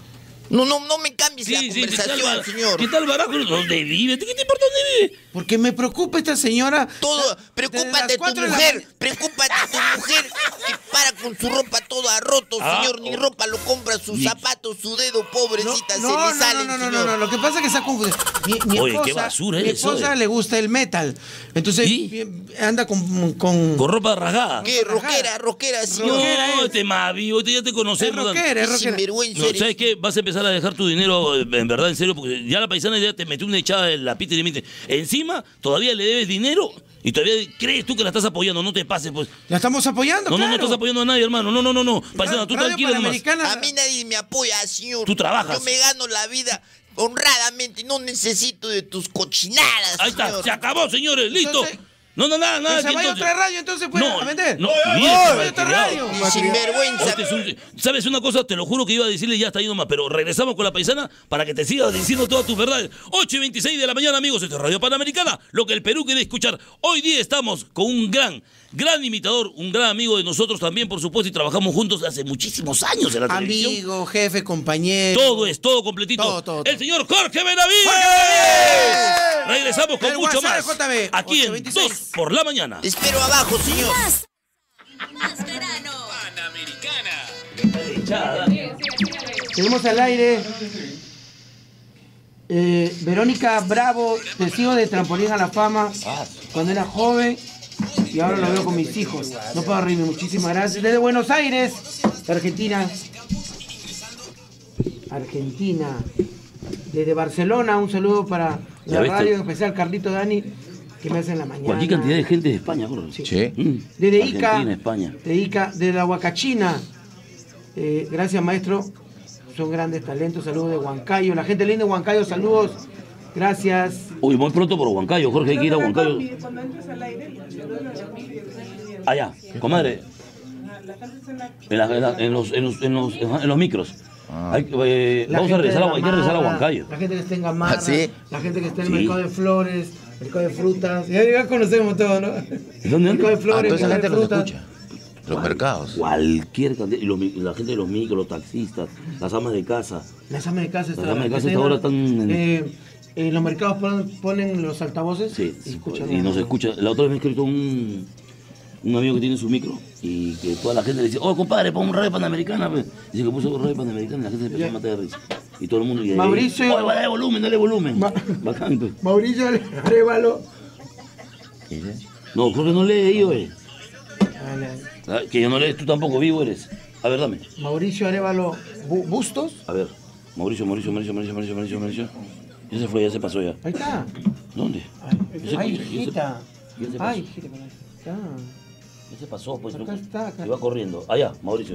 No, no, no me cambies la Sí, sí, ¿qué tal, conversación, bar- señor. ¿Qué tal barajo? ¿Dónde vive? ¿Qué te importa dónde vive? Porque me preocupa esta señora. Todo, Desde las preocúpate de tu cuatro de la mujer, mañana. preocúpate de tu mujer que para con su ropa toda roto, Ah, señor, ni oh. ropa lo compra, sus Ni- zapatos, su dedo, pobrecita, no, se no, le salen, no, no, no, no, señor. no, lo que pasa es que está confundido. Mi, mi Oye, esposa, qué basura mi eres, esposa oye. le gusta el metal. Entonces ¿Y? bien, anda con, con- Con ropa rasgada. ¿Qué, roquera, roquera, señor? rockera No, es. te mavi, hoy ya te es conocemos. rockera, es rockera. Sinvergüenza No, eres. ¿Sabes qué? Vas a empezar a dejar tu dinero, eh, en verdad, en serio, porque ya la paisana ya te metió una echada en la pita y le mete. Encima, todavía le debes dinero y todavía crees tú que la estás apoyando. No te pases, pues. La estamos apoyando, No, no, claro. no estás apoyando a nadie, hermano. No, no, no, no. Paisana, tú Radio tranquila nomás. Panamericana. A mí nadie me apoya, señor. Tú trabajas. Yo me gano la vida honradamente, no necesito de tus cochinadas, Ahí está, señor. se acabó, señores, listo. Entonces, No, no, nada, nada. Que se aquí vaya Ah, a entonces. otra radio, entonces, pues, no, a vender. No, Oye, mira, oye, mal otra criado. radio. Y sinvergüenza. Este es un- ¿Sabes una cosa? Te lo juro que iba a decirle ya hasta ahí nomás, pero regresamos con la paisana para que te sigas diciendo todas tus verdades. 8 y 26 de la mañana, amigos, esto es Radio Panamericana, lo que el Perú quiere escuchar. Hoy día estamos con un gran, gran imitador, un gran amigo de nosotros también, por supuesto, y trabajamos juntos hace muchísimos años en la televisión. Amigo, jefe, compañero. Todo es todo completito. Todo, todo, todo. El señor Jorge Benavides. Regresamos con El mucho WhatsApp más. de JB, Aquí en 826. 2 por la mañana. Te espero abajo, señor. Seguimos al aire. Eh, Verónica Bravo, testigo de Trampolín a la Fama, cuando era joven y ahora lo veo con mis hijos. No puedo reírme, muchísimas gracias. Desde Buenos Aires, Argentina. Argentina. Desde Barcelona, un saludo para Ya la viste. radio, en especial Carlito Dani, que me hace en la mañana. Cualquier cantidad de gente de España, Jorge. Sí. Mm. Desde Ica, Argentina, España. de Ica, de la Huacachina. Eh, gracias, maestro. Son grandes talentos. Saludos de Huancayo. La gente linda de Huancayo, saludos. Gracias. Uy, voy pronto por Huancayo, Jorge, hay que ir a Huancayo. Cuando entres al aire, yo doy los dos mil y el tres mil. Allá, comadre, Ah, La casa está en la- en, la- en la- en los, en, los, en, los, en los micros. Hay que, eh, La vamos a gente regresar a, de la hay que regresar a Marra, Huancayo. La gente que está en Gamarra, ¿Ah, sí? la gente que está en Sí. el mercado de flores, mercado de frutas. Ya, ya conocemos todo, ¿no? Mercado de Ah, flores, toda esa mercado de gente los frutas. escucha. Los mercados. Cualquier cantidad, y los mi- la gente de los micros, los taxistas, las amas de casa. Las amas de casa Las están- amas de casa están- ahora están en- eh, en los mercados ponen, ponen los altavoces Sí, y sí, escuchan. y nos escucha. La otra vez me ha escrito un, un amigo que tiene su micro y que toda la gente le dice, oh compadre, pon un radio panamericana. pe". Dice que puso radio panamericana y la gente se empezó a matar de risa. Y todo el mundo. y ahí, Mauricio- "Oye, dale volumen, dale volumen. pues. Ma- Bacán, pe. Mauricio Arevalo. No, Jorge no lee yo, eh. Ah, Que yo no lees, tú tampoco vivo eres. A ver, dame. Mauricio Arevalo Bu- Bustos. A ver. Mauricio, Mauricio, Mauricio, Mauricio, Mauricio, Mauricio, Mauricio. Ya se fue, ya se pasó ya. Ahí está. ¿Dónde? Ya se- Ay, ya se- hijita. ya se pasó. Ay, hijita. pero ahí está. Ya se pasó, pues. Acá loco. está, acá. Se va corriendo. Allá, Mauricio.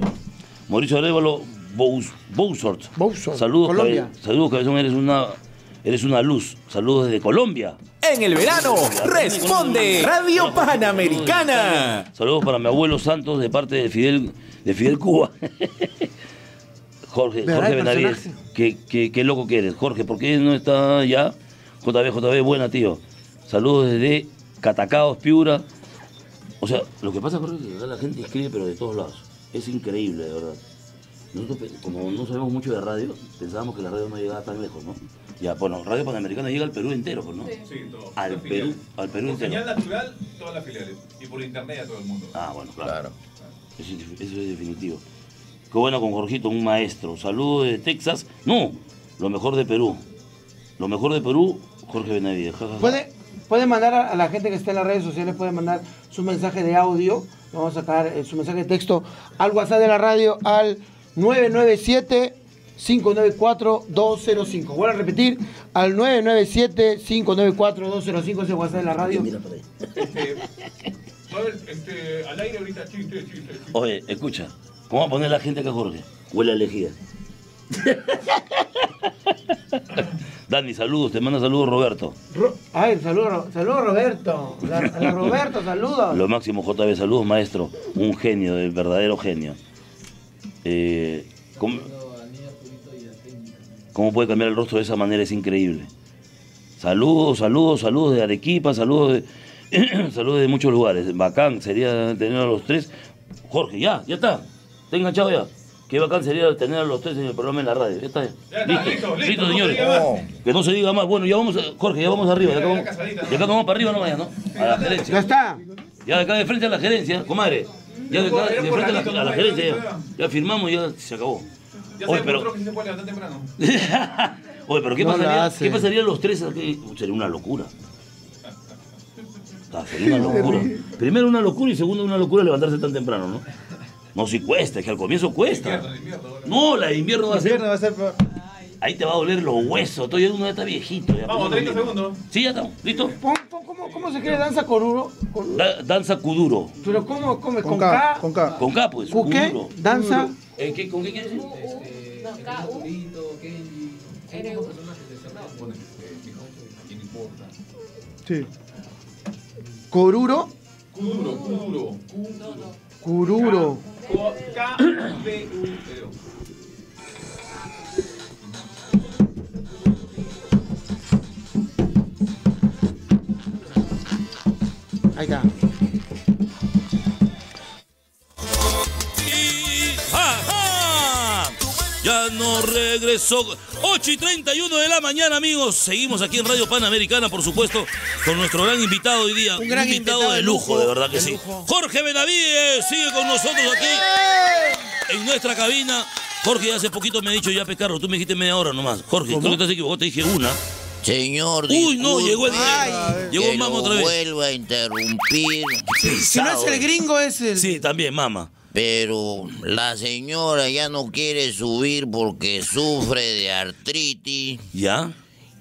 Mauricio Arevalo Bous, Bousort. Bousort, Saludos, Colombia. cabe- saludos, cabezón. Eres una, eres una luz. Saludos desde Colombia. En el verano, responde Radio Panamericana. Saludos para mi abuelo Santos de parte de Fidel, de Fidel Cuba. Jorge, ¿Verdad Jorge el Benavides. personaje? Qué, qué- qué loco que eres. Jorge, ¿por qué no está ya? JB, JB, buena, tío. Saludos desde Catacaos, Piura. O sea, lo que pasa, Jorge, es que de verdad la gente escribe, pero de todos lados. Es increíble, de verdad. Nosotros, pe- como no sabemos mucho de radio, pensábamos que la radio no llegaba tan lejos, ¿no? Ya, bueno, Radio Panamericana llega al Perú entero, pues, ¿no? Sí, todo. Al Las Perú, filiales. al Perú Por señal entero. natural, todas las filiales. Y por internet a todo el mundo. Ah, bueno, claro. Claro. Eso, es- eso es definitivo. Qué bueno con Jorgito, un maestro. Saludos de Texas. No, lo mejor de Perú. Lo mejor de Perú, Jorge Benavides. Ja, ja, ja. Puede, puede mandar a, a la gente que está en las redes sociales, puede mandar su mensaje de audio Vamos a sacar eh, su mensaje de texto al WhatsApp de la radio al 997-594-205. Vuelvo a repetir, al 997-594-205 ese WhatsApp de la radio. Mabel, este, al aire ahorita chiste, chiste, chiste. Oye, escucha, ¿cómo va a poner la gente acá, Jorge? Huele a lejía. Dani, saludos, te manda saludos Roberto. Ro- Ay, saludo, saludo Roberto. La, la Roberto, saludos. Lo máximo, JB, saludos, maestro. Un genio, el verdadero genio. Eh, ¿cómo, cómo puede cambiar el rostro de esa manera? Es increíble. Saludos, saludos, saludos de Arequipa, saludos de, saludos de muchos lugares. Bacán sería tener a los tres. Jorge, ya, ya está. Está enganchado ya. Qué bacán sería tener a los tres en el programa en la radio. Ya está. Ya está, listo, listo, listo, listo, no se señores. diga más. Que no se diga más. Bueno, ya vamos, a- Jorge, ya vamos arriba. De acá vamos, casadita, de acá vamos para arriba nomás, ya, ¿no? A la gerencia. Ya está. Ya acá de frente a la gerencia, comadre. Ya de acá de frente a la, a la gerencia, ya. Ya firmamos, ya se acabó. Ya se Oye, demostró pero, que se puede levantar temprano. oye, pero ¿qué, No la pasaría, hace. ¿qué pasaría los tres aquí? Uy, Sería una locura. Ah, Sería una locura. Primero una locura y segundo una locura levantarse tan temprano, ¿no? No, si cuesta, es que al comienzo cuesta. No, la de invierno va a ser. va a ser peor. Ahí te va a doler los huesos. Todavía uno ya está viejito. ya. Vamos, 30 segundos. Sí, ya estamos. ¿Listo? Pon- pon- ¿Cómo, cómo se quiere danza con uno? Con- Da- danza Kuduro. pero ¿cómo come? ¿Con, Con K? K, con K. Con K, pues. ¿Con qué? Kuduro. ¿Danza? Eh, ¿qué- ¿Con qué quieres ir? Sí. ¿Coruro? Kuduro, Kuduro, Kuduro. Cururo. Ko- K-B-U-R-O. Ahí está. ¡Ajá! Ya no regresó. 8 y 31 de la mañana, amigos. Seguimos aquí en Radio Panamericana, por supuesto, con nuestro gran invitado hoy día. Un gran invitado de de lujo, lujo, de verdad que de sí. lujo. Jorge Benavides sigue con nosotros aquí ¡Eh! en nuestra cabina. Jorge, hace poquito me ha dicho ya pecarro, tú me dijiste media hora nomás. Jorge, creo que te has equivocado, te dije una. Señor, Uy, no, disculpa. llegó el Ay, Llegó que Mamo lo otra vez. vuelvo a interrumpir. Si no es el gringo, es el. Sí, también, mama. Pero la señora ya no quiere subir porque sufre de artritis ¿Ya?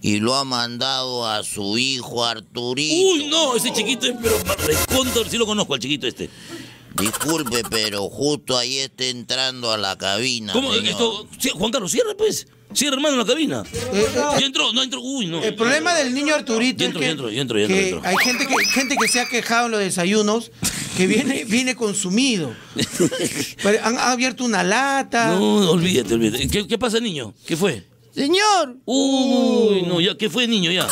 y lo ha mandado a su hijo Arturito. Uy, no, ese chiquito es, pero recontra, sí lo conozco al chiquito este. Disculpe, pero justo ahí está entrando a la cabina. ¿Cómo? señor. Esto, sí, Juan Carlos, cierra pues. Cierra, hermano, la cabina. eh, Ya entró, no entró. Uy, no. El problema del niño Arturito Yo es entro, que, yo entro, yo entro, yo que entro. hay gente que, gente que se ha quejado en los desayunos que viene, viene consumido. Pero han abierto una lata. No, olvídate, olvídate. ¿Qué, qué pasa, niño? ¿Qué fue? Señor. Uy, no, ya, ¿qué fue, niño? Ya.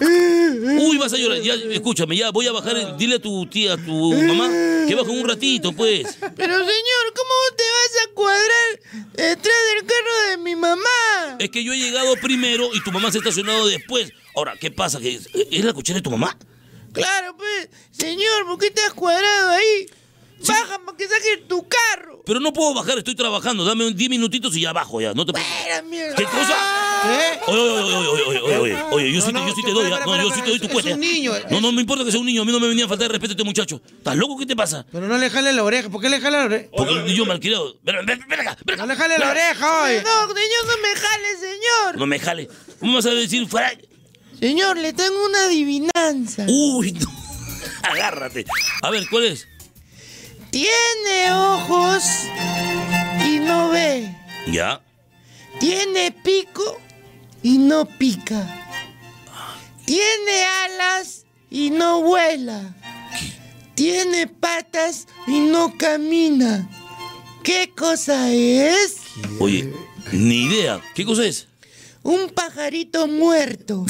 Uy, vas a llorar. Ya, escúchame, ya voy a bajar. el- dile a tu tía, a tu mamá, que baje un ratito, pues. Pero señor, ¿cómo te vas a cuadrar detrás del carro de mi mamá? Es que yo he llegado primero y tu mamá se ha estacionado después. Ahora, ¿qué pasa? ¿Que es, es la cochera de tu mamá? Claro, pues, señor, ¿por qué te has cuadrado ahí? Baja para que saques tu carro. Pero no puedo bajar, estoy trabajando. Dame un 10 minutitos y ya bajo, ya. No te preocupes. Espera, mierda. ¿Qué cosa? ¿Eh? Oye, oye, oye, oye, oye, oye, oye, oye, yo sí, No, te- no, yo sí te espera, doy, espera, ah, no, yo espera, sí te doy tu es cuenta. un niño, No, es- no me importa que sea un niño, a mí no me venía a faltar de respeto este muchacho. ¿Estás loco? ¿Qué te pasa? Pero no le jale la oreja, ¿por qué le jale la oreja? Porque yo malcriado. Ven, ven, ven acá, ven acá. No le jale la ven acá. oreja hoy. No, señor, no me jale, señor. No me jale. ¿Cómo vas a decir fuera? Señor, le tengo una adivinanza. Uy, no. Agárrate. A ver, ¿cuál es? Tiene ojos y no ve. Ya. Tiene pico y no pica. Tiene alas y no vuela. Tiene patas y no camina. ¿Qué cosa es? Oye, ni idea. ¿Qué cosa es? Un pajarito muerto.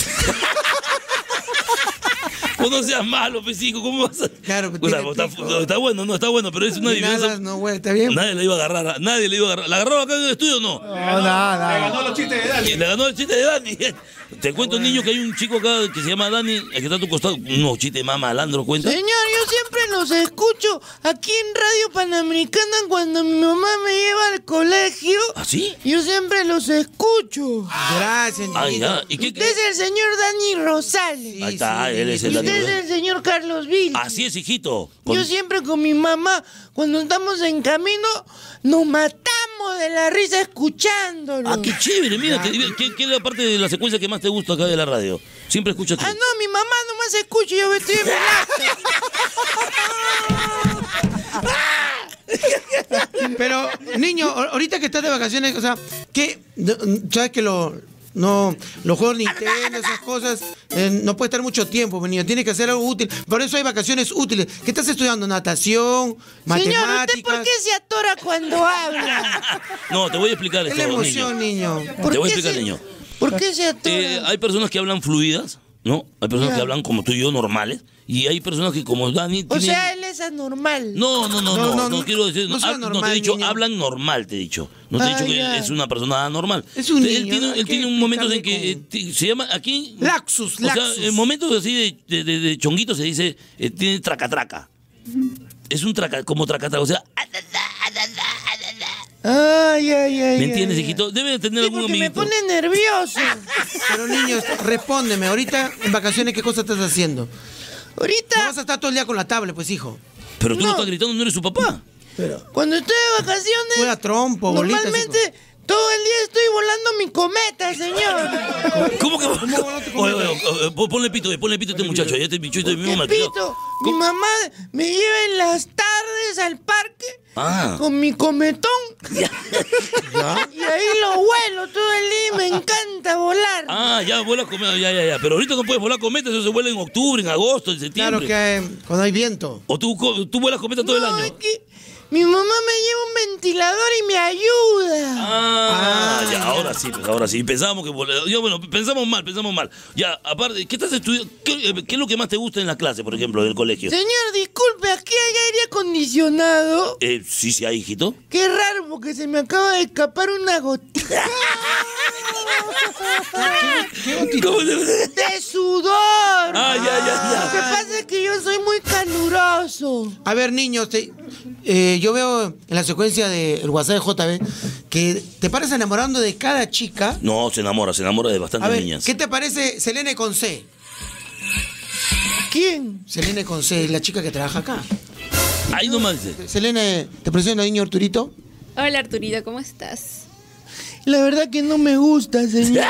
Pues no seas malo, pesico, ¿cómo vas a...? Claro, O tiene sea, está, pico. está bueno, no, está bueno, pero es una Ni nada, adivinanza. no, güey, ¿está Eh, bien? pues, Nadie la iba a agarrar, ah, nadie la iba a agarrar. ¿La agarraron acá en el estudio o no? No, nada, Le nada. ganó Ah, los chistes eh. de Dani. Le ganó el chiste de Dani. Te cuento, niño, que hay un chico acá que se llama Dani, el que está a tu costado. Unos chistes más malandros, cuenta. Señor, yo siempre los escucho aquí en Radio Panamericana cuando mi mamá me lleva al colegio. ¿Así? Yo siempre los escucho. Gracias, Ay, ya. ¿Y qué- Usted es el señor Dani Rosales. Ahí está, él es el Y Dani Usted Rosales. es el señor Carlos Vil. Así es, hijito. Ah, Con- Yo siempre con mi mamá, cuando estamos en camino, nos matamos de la risa escuchándolo. Ah, qué chévere, mira, te- ¿qué, qué es la parte de la secuencia que más te gusta acá de la radio? Siempre escuchas tú. Ah, no, mi mamá nomás escucha y yo estoy en Pero, niño, a- ahorita que estás de vacaciones, o sea, que sabes que lo, no, los juegos Nintendo, esas cosas, eh, no puede estar mucho tiempo, pues, niño, tiene que hacer algo útil. Por eso hay vacaciones útiles. ¿Qué estás estudiando? Natación, Señor, matemáticas. ¿usted por qué se atora cuando habla? No, te voy a explicar Es esto, la niño. emoción, niño. ¿Por Te voy a qué explicar, se- niño. ¿Por qué se atora? Eh, hay personas que hablan fluidas, ¿no? Hay personas Ya. que hablan como tú y yo, normales. Y hay personas que como Dani... O tienen- sea, él es anormal. No, no, no, no, no, no. quiero decir. No, no sea hab- no te normal, he dicho, niño. hablan normal, te he dicho. No te he Ah, dicho que ya. él es una persona anormal. Es un Entonces, él niño, tiene, hay él que tiene un momento en que eh, ti- se llama aquí. Laxus, O laxus. sea, en momentos así de, de- de- de chonguito se dice, eh, tiene tracatraca. Es un traca, como tracatraca. O sea, Ay, ay, ay. ¿me entiendes, ay, ay. hijito? Debe tener algún Porque me amiguito. pone nervioso. Pero, niño, respóndeme, ahorita en vacaciones, ¿qué cosa estás haciendo? Ahorita. No vas a estar todo el día con la tablet, pues, hijo. Pero tú no, estás gritando, no eres su papá. Cuando estoy de vacaciones. Juega trompo, bolitas, Normalmente todo el día estoy volando mi cometa, señor. ¿Cómo que Oye, oye, oye, po- ponle pito, eh, ponle pito a este muchacho. Ya este bicho, este mismo malcriado. Repito, mi mamá me lleva en las tardes al parque Ah. con mi cometón. Y ahí lo vuelo todo el día y me encanta volar. Ah, ya vuelas cometa, ya, ya, ya. Pero ahorita no puedes volar cometa, eso se vuela en octubre, en agosto, en septiembre. Claro que eh, cuando hay viento. O tú, co- tú vuelas cometa todo el año. Mi mamá me lleva un ventilador y me ayuda. Ah, ya, ahora sí, pues ahora sí. Pensamos que. vol- Ya, bueno, pensamos mal, pensamos mal. Ya, aparte, ¿qué estás estudiando? ¿Qué, eh, qué es lo que más te gusta en la clase, por ejemplo, del colegio? Señor, disculpe, aquí hay aire acondicionado. Eh, sí, sí, hay, hijito. Qué raro, porque se me acaba de escapar una gotita. ¿Cómo se- De sudor. Ah, ya, ya, ya. Lo que pasa es que yo soy muy caluroso. A ver, niños, te- eh, yo veo en la secuencia del WhatsApp de JB que te paras enamorando de cada chica. No, se enamora, se enamora de A bastantes ver, niñas. ¿qué te parece Selene con C? ¿Quién? Selene con C, la chica que trabaja acá. Ahí nomás dice. Selene, ¿te presento niño Arturito? Hola Arturito, ¿cómo estás? La verdad que no me gusta, señor.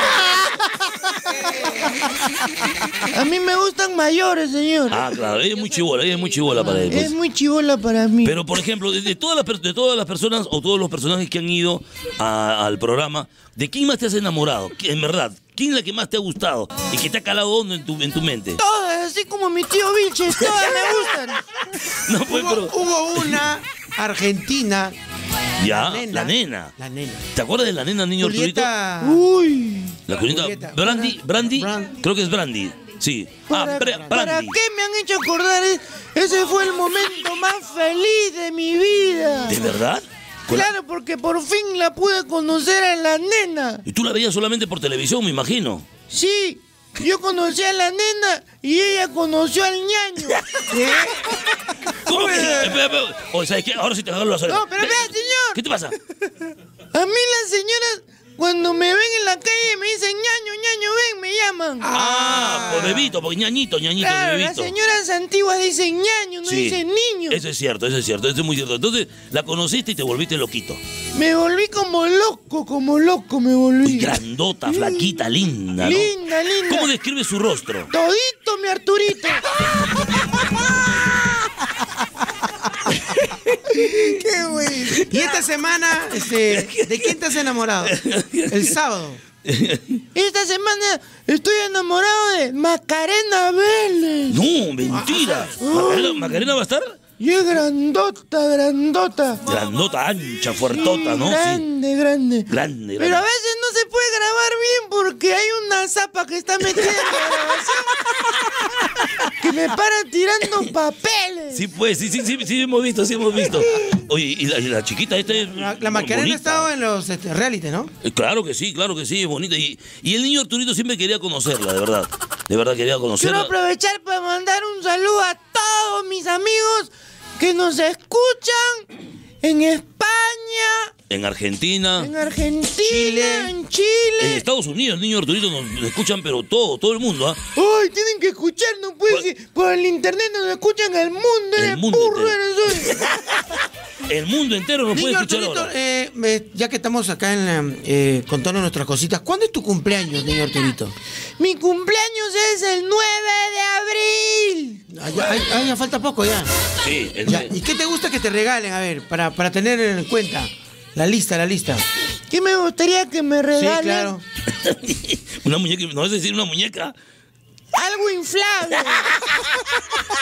A mí me gustan mayores, señor. Ah, claro, ella es muy chivola, ella es muy chivola para Eh, él. pues. es muy chivola para mí. Pero, por ejemplo, de, de todas las, per- de todas las personas o todos los personajes que han ido a- al programa, ¿de quién más te has enamorado? Que- En verdad, ¿quién es la que más te ha gustado y que te ha calado hondo en tu, en tu mente? Todas, así como mi tío Vilches, todas me gustan. No, pues, hubo, pero- hubo una argentina, Ya, Ah, La nena. la nena. la nena. ¿Te acuerdas de la nena, niño Julieta. Uy. Arturito? La Julieta. Brandy, Brandy, creo que es Brandy. Sí. Ah, ¿Para, Bra- para Brandy. qué me han hecho acordar? E- Ese fue el momento más feliz de mi vida. ¿De verdad? Con la- Claro, porque por fin la pude conocer a la nena. Y tú la veías solamente por televisión, me imagino. Sí, yo conocí a la nena y ella conoció al ñaño. ¿Cómo que? Espera, espera. O sea, es que ahora sí te agarro la No, orejas. pero vea, señor. ¿Qué te pasa? A mí las señoras, cuando me ven en la calle, me dicen ñaño, ñaño, ven, me llaman. Ah, por bebito, por ñañito, ñañito, claro, las bebito. señoras antiguas dicen ñaño, no Sí. dicen niño. Eso es cierto, eso es cierto, eso es muy cierto. Entonces, la conociste y te volviste loquito. Me volví como loco, como loco me volví. Grandota, flaquita, linda, ¿no? Linda, linda. ¿Cómo describe su rostro? Todito, mi Arturito. Qué güey. Y esta semana, este, ¿de quién te has enamorado? El sábado. Esta semana estoy enamorado de Macarena Vélez. No, mentira. ¿Macarena, Macarena va a estar? Y es grandota, grandota. Grandota, ancha, fuertota, Sí, ¿no? Sí. Grande, grande. Grande, Pero a grande. veces no se puede grabar bien porque hay una zapa que está metida en la grabación. que me paran tirando papeles. Sí, pues, sí, sí, sí, sí, hemos visto, sí, hemos visto. Oye, y la, y la chiquita esta es. La, la Macarena ha estado en los este, reality, ¿no? Eh, Claro que sí, claro que sí, es bonita. Y, y el niño Arturito siempre quería conocerla, de verdad. De verdad quería Quiero conocerla. aprovechar para mandar un saludo a todos mis amigos que nos escuchan en España, En Argentina. en Argentina, en Chile. En Estados Unidos, el niño Arturito nos nos escuchan, pero todo, todo el mundo, ¿ah? ¡Ay, tienen que escucharnos, pues! que Por el internet nos escuchan el mundo, El eres mundo burro, entero. eres hoy. El mundo entero nos puede Niño escuchar Arturito, ahora. eh, me- ya que estamos acá en la, eh, contando nuestras cositas, ¿cuándo es tu cumpleaños, niño Arturito? Mi cumpleaños es el 9 de abril. Ah, ya, ay, ay, ya falta poco ya. Sí, eh, el- Ya, ¿Y qué te gusta que te regalen? A ver, para, para tener en cuenta. La lista, la lista. ¿Qué me gustaría que me Sí, regalen? claro. Una muñeca, no vas a decir una muñeca. Algo inflable.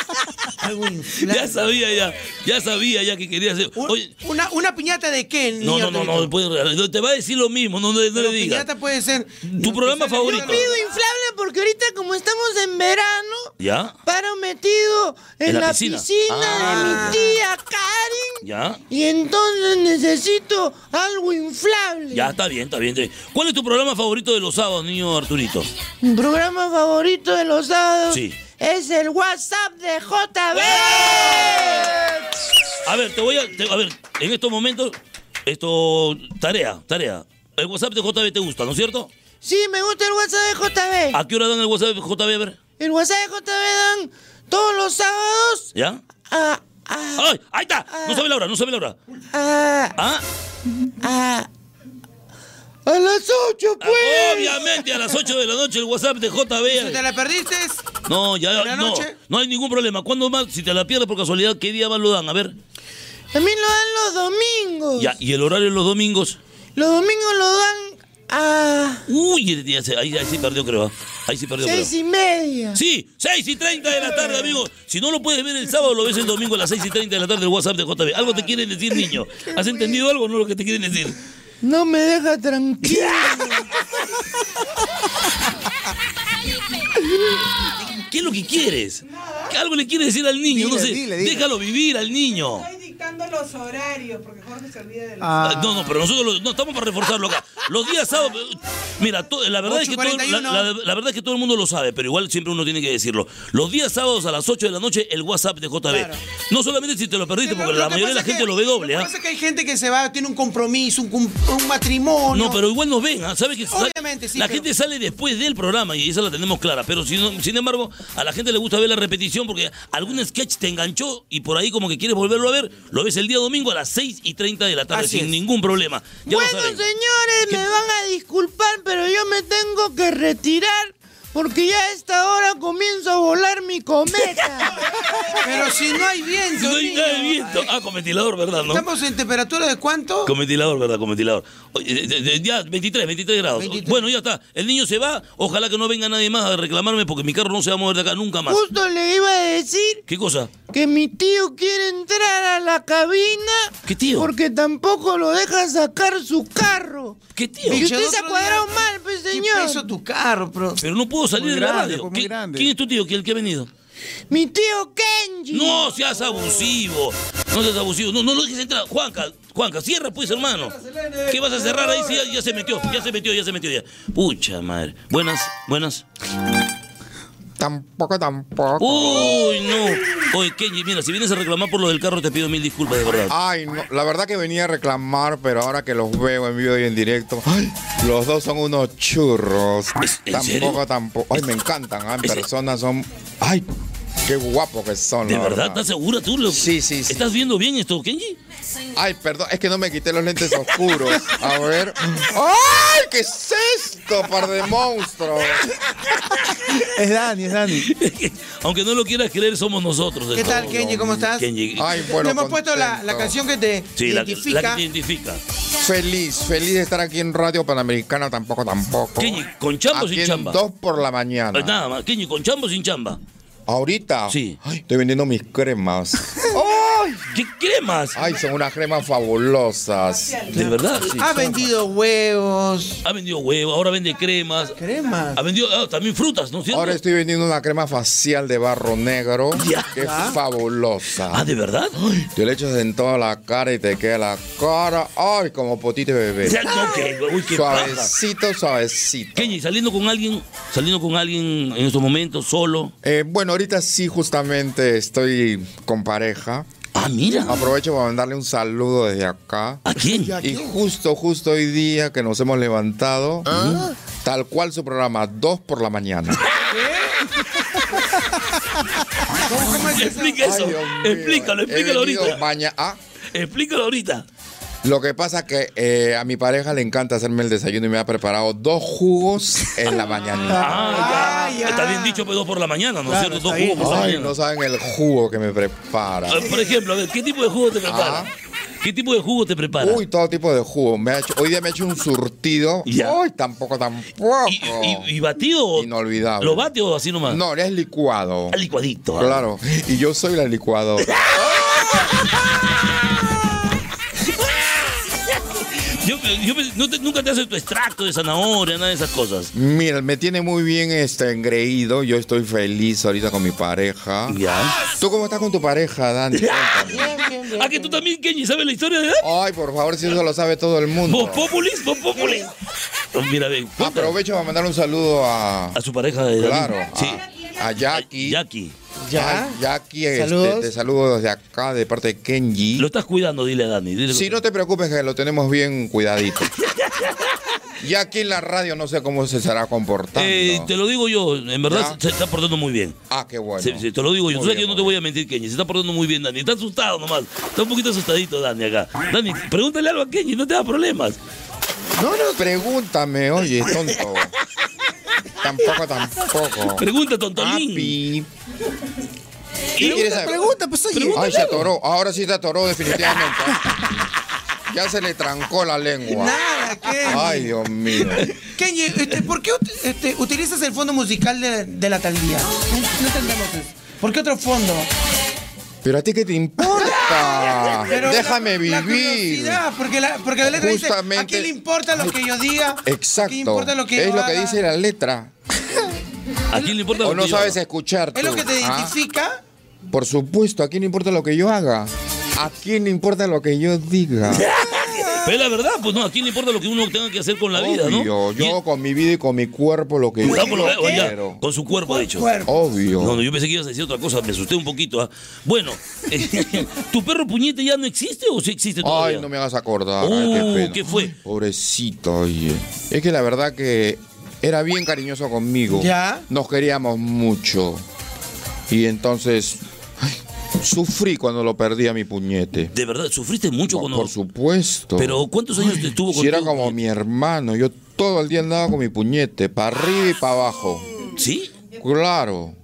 Algo Ya sabía, ya. Ya sabía, ya que quería hacer. Oye, Una, una piñata de qué, no, niño no, no, Arturito? no, pueden regalar. No, Te va a decir lo mismo, no, no, no le digas. Piñata puede ser. Tu programa Yo favorito. digo inflable porque ahorita como estamos en verano, ¿Ya? paro metido en, la, piscina, Ah. de mi tía Karin. ¿Ya? Y entonces necesito algo inflable. Ya, está bien, está bien. está bien. ¿Cuál es tu programa favorito de los sábados, niño Arturito? Mi programa favorito de los sábados Sí. es el WhatsApp de JB. A ver, te voy a. te- a ver, en estos momentos, esto. Tarea, tarea. El WhatsApp de JB te gusta, ¿no es cierto? Sí, me gusta el WhatsApp de JB. ¿A qué hora dan el WhatsApp de JB? A ver, El WhatsApp de JB dan todos los sábados ¿ya? a... ¡Ay! ¡Ahí está! No sabe la hora, no sabe la hora. a... ¿Ah? a... a las Ah, 8, pues. Obviamente a las 8 de la noche el WhatsApp de Si te JB. la perdiste, No, ya la no. noche? No hay ningún problema. ¿Cuándo más? Si te la pierdes por casualidad, ¿qué día más lo dan? A ver. También lo dan los domingos. Ya, y el horario los domingos. Los domingos lo dan a Uy, ya se- ahí, ahí sí perdió, creo. ah. Ahí sí perdió, creo. 6 y media. Sí, 6 y 30 de la tarde, amigo. Si no lo puedes ver el sábado, lo ves el domingo a las 6 y 30 de la tarde el WhatsApp de JB. Algo te quieren decir, niño. ¿Has entendido algo o no lo que te quieren decir? No me deja tranquilo. ¿Qué es lo que quieres? ¿Qué algo le quieres decir al niño? no sé. Déjalo vivir al niño. Estoy dictando los horarios porque Jorge se olvida de los Ah, No, no, pero nosotros lo- no estamos para reforzarlo acá. Los días sábados. Mira, to- la, verdad es que todo, la, 8:41. la- la verdad es que todo el mundo lo sabe, pero igual siempre uno tiene que decirlo. Los días sábados a las 8 de la noche, el WhatsApp de JB. No solamente si te lo perdiste, porque la eh, que mayoría de la pasa es gente que- lo ve doble, Lo ¿ah? que pasa es que hay gente que se va, tiene un compromiso, un, cum- un matrimonio. No, pero igual nos ven, ¿ah? ¿sabes que sal- Obviamente, sí, La pero- gente sale después del programa y esa la tenemos clara, pero sin, sin embargo, a la gente le gusta ver la repetición porque algún sketch te enganchó y por ahí como que quieres volverlo a ver, lo ves el día domingo a las 6 y 30 de la tarde sin ningún problema. Ya bueno, lo saben. señores, me van a disculpar, pero yo me tengo que retirar porque ya a esta hora comienzo a volar mi cometa. Pero si no hay viento. No hay niño. nada de viento. Ah, con ventilador, ¿verdad? ¿No? Estamos en temperatura de cuánto? Con ventilador, ¿verdad? Con ventilador. Oye, de- de- de- ya, 23, 23 grados. Bueno, ya está. El niño se va. Ojalá que no venga nadie más a reclamarme porque mi carro no se va a mover de acá nunca más. Justo le iba a decir ¿Qué cosa? que mi tío quiere entrar a la cabina. ¿Qué tío? Porque tampoco lo deja sacar su carro. ¿Qué tío? Y Bicho, el usted se ha otro cuadrado día- mal, pues ¿Qué señor. peso tu carro, bro? Pero no puedo salir Muy de la grande, radio. pues, muy ¿Qui- grande. ¿Quién es tu tío? ¿Qui- ¿El que ha venido? Mi tío Kenji. No seas abusivo. No seas abusivo. No, no lo dejes entrar. Juanca, Juanca, cierra pues, hermano. ¿Qué vas a cerrar ahí? Sí, ya, ya se metió, ya se metió, ya se metió ya. Pucha madre. Buenas, buenas. Tampoco, tampoco. Uy, no. Oye, Kenji, mira, si vienes a reclamar por lo del carro, te pido mil disculpas, de verdad. Ay, no, la verdad que venía a reclamar, pero ahora que los veo en vivo y en directo, ¡ay! los dos son unos churros. en tampoco, serio? tampoco. Ay, me encantan. ah, En persona son. ¡Ay! Qué guapos que son. ¿De la verdad? ¿Estás segura tú? Lo... Sí, sí, sí. ¿Estás viendo bien esto, Kenji? Ay, perdón, es que no me quité los lentes oscuros. A ver. ¡Ay! ¿Qué es esto, par de monstruos? Es Dani, es Dani. Aunque no lo quieras creer, somos nosotros. ¿Qué tal, Kenji? ¿Cómo estás? Kenji. Te hemos puesto la, la canción que te Sí, la, identifica. la que te identifica. Feliz, feliz de estar aquí en Radio Panamericana, tampoco, tampoco. Kenji, ¿con chamba o Aquí sin en chamba? Dos por la mañana. Ay, Nada más, Kenji, ¿con chamba o sin chamba? Ahorita. Sí. estoy vendiendo mis cremas. ¡Ay! ¿Qué cremas? Ay, son unas cremas fabulosas. De verdad. Ha vendido huevos. Ha vendido huevos, ahora vende cremas. Cremas. Ha vendido ah, también frutas, ¿no es cierto? Ahora estoy vendiendo una crema facial de barro negro que es fabulosa. Ah, ¿de verdad? Te le echas en toda la cara y te queda la cara, ay, como potito de bebé. Ya, no, que- uy, qué suavecito, suavecito. Kenny, saliendo con alguien, saliendo con alguien en estos momentos, solo. Eh, bueno, ahorita sí, justamente estoy con pareja. Ah, mira. Aprovecho para mandarle un saludo desde acá. ¿A quién? Y justo, justo hoy día que nos hemos levantado, ¿Ah? tal cual su programa, dos por la mañana. Explica eso. explícalo, explícalo venido ahorita. eh, maña- ah. Explícalo ahorita. Lo que pasa que eh, a mi pareja le encanta hacerme el desayuno y me ha preparado dos jugos en la mañana. Ah, ya. Está bien dicho, pero dos por la mañana, ¿no es Claro, cierto? está Dos bien. jugos por la Ay, mañana. no saben el jugo que me prepara. Ah, Por ejemplo, a ver, ¿qué tipo de jugo te prepara? ¿Qué tipo de jugo te prepara? Uy, todo tipo de jugo. Me ha hecho- hoy día me ha hecho un surtido. Uy, tampoco, tampoco. ¿Y, y batido? Inolvidable. ¿Lo bate o así nomás? No, es licuado. licuadito. ah. Claro. Y yo soy la licuadora. Yo, yo me- no te- nunca te haces tu extracto de zanahoria, nada de esas cosas. Mira, me tiene muy bien este engreído. Yo estoy feliz ahorita con mi pareja. Ya. ¿Tú cómo estás con tu pareja, Dani? Ah, que tú también, Kenny, ¿sabes la historia de Dani? Ay, por favor, si eso lo sabe todo el mundo. ¿Vos populis? ¿Vos populis? Mira, Ah, ven. Aprovecho para mandar un saludo a. A su pareja de Dani. Claro. Sí. A, a Jackie. Jackie. Ya. Jackie, este, Saludos. te saludo desde acá, de parte de Kenji. Lo estás cuidando, dile a Dani. Dile Sí, no te preocupes, que lo tenemos bien cuidadito. Ya aquí en la radio no sé cómo se estará comportando. Eh, te lo digo yo, en verdad Ya. se, se está portando muy bien. Ah, qué bueno. Se- se- te lo digo yo, Muy tú bien, sabes que yo no te voy a mentir, Kenny. Se está portando muy bien, Dani. Está asustado nomás. Está un poquito asustadito, Dani, acá. Dani, pregúntale algo a Kenny, no te da problemas. No, no, pregúntame, oye, tonto. tampoco, tampoco. Pregunta, tontolín. ¿Qué quieres saber? Pregunta, pues oye. Ay, se atoró. Ahora sí te atoró definitivamente. Ya se le trancó la lengua. Nada, ¿qué? Ay, Dios mío. Kenji, este, ¿por qué ut- este, utilizas el fondo musical de, de la Taldía? No, no entendemos eso. ¿Por qué otro fondo? Pero a ti qué te importa. Pero la- Ah, Déjame la vivir. curiosidad, porque la, porque la letra dice, ¿a Justamente- quién le importa lo que yo diga? Exacto. ¿Qué importa lo que es yo lo que haga? dice la letra. ¿A quién le importa O lo no que yo sabes haga? escuchar. Es lo tú, que te ¿ah? identifica. Por supuesto, ¿a quién le importa lo que yo haga? ¿A quién le importa lo que yo diga? Pero la verdad, pues no, a quién le importa lo que uno tenga que hacer con la vida, ¿no? Obvio, yo hago con mi vida y con mi cuerpo lo que yo Cuidado con lo que- o ya, quiero. con su cuerpo, de hecho. Obvio. No, no, yo pensé que ibas a decir otra cosa, me asusté un poquito. ah. Bueno, eh, ¿tu perro puñete ya no existe o sí existe todavía? Ay, no me hagas acordar. Uh, ay, qué, pena. ¿qué fue? Pobrecito, oye. Es que la verdad que era bien cariñoso conmigo. Ya. Nos queríamos mucho. Y entonces ay, sufrí cuando lo perdí a mi puñete. De verdad, sufriste mucho cuando. Por supuesto. Pero ¿cuántos años te estuvo Si con era como mi hermano, yo todo el día andaba con mi puñete, para arriba y para abajo. ¿Sí? Claro.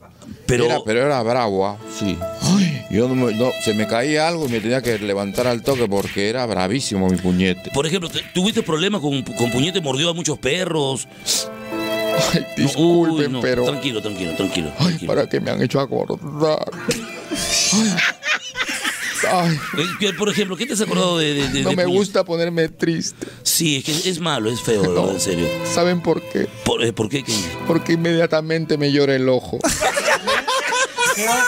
Pero- era, pero era bravo, ¿ah? sí. Ay, yo no me- no, se me caía algo y me tenía que levantar al toque porque era bravísimo mi puñete. Por ejemplo, ¿te- ¿tuviste problemas con, con puñete? ¿Mordió a muchos perros? No, uy, Disculpen, no, pero Tranquilo, tranquilo, tranquilo. ay, para que me han hecho acordar. Ay, Eh, que, Por ejemplo, ¿qué te has acordado de.? de- de- no de me puñete? gusta ponerme triste. Sí, es que es, es malo, es feo, de verdad, en serio. ¿Saben por qué? ¿Por, eh, por qué? Kenny? Porque inmediatamente me llora el ojo.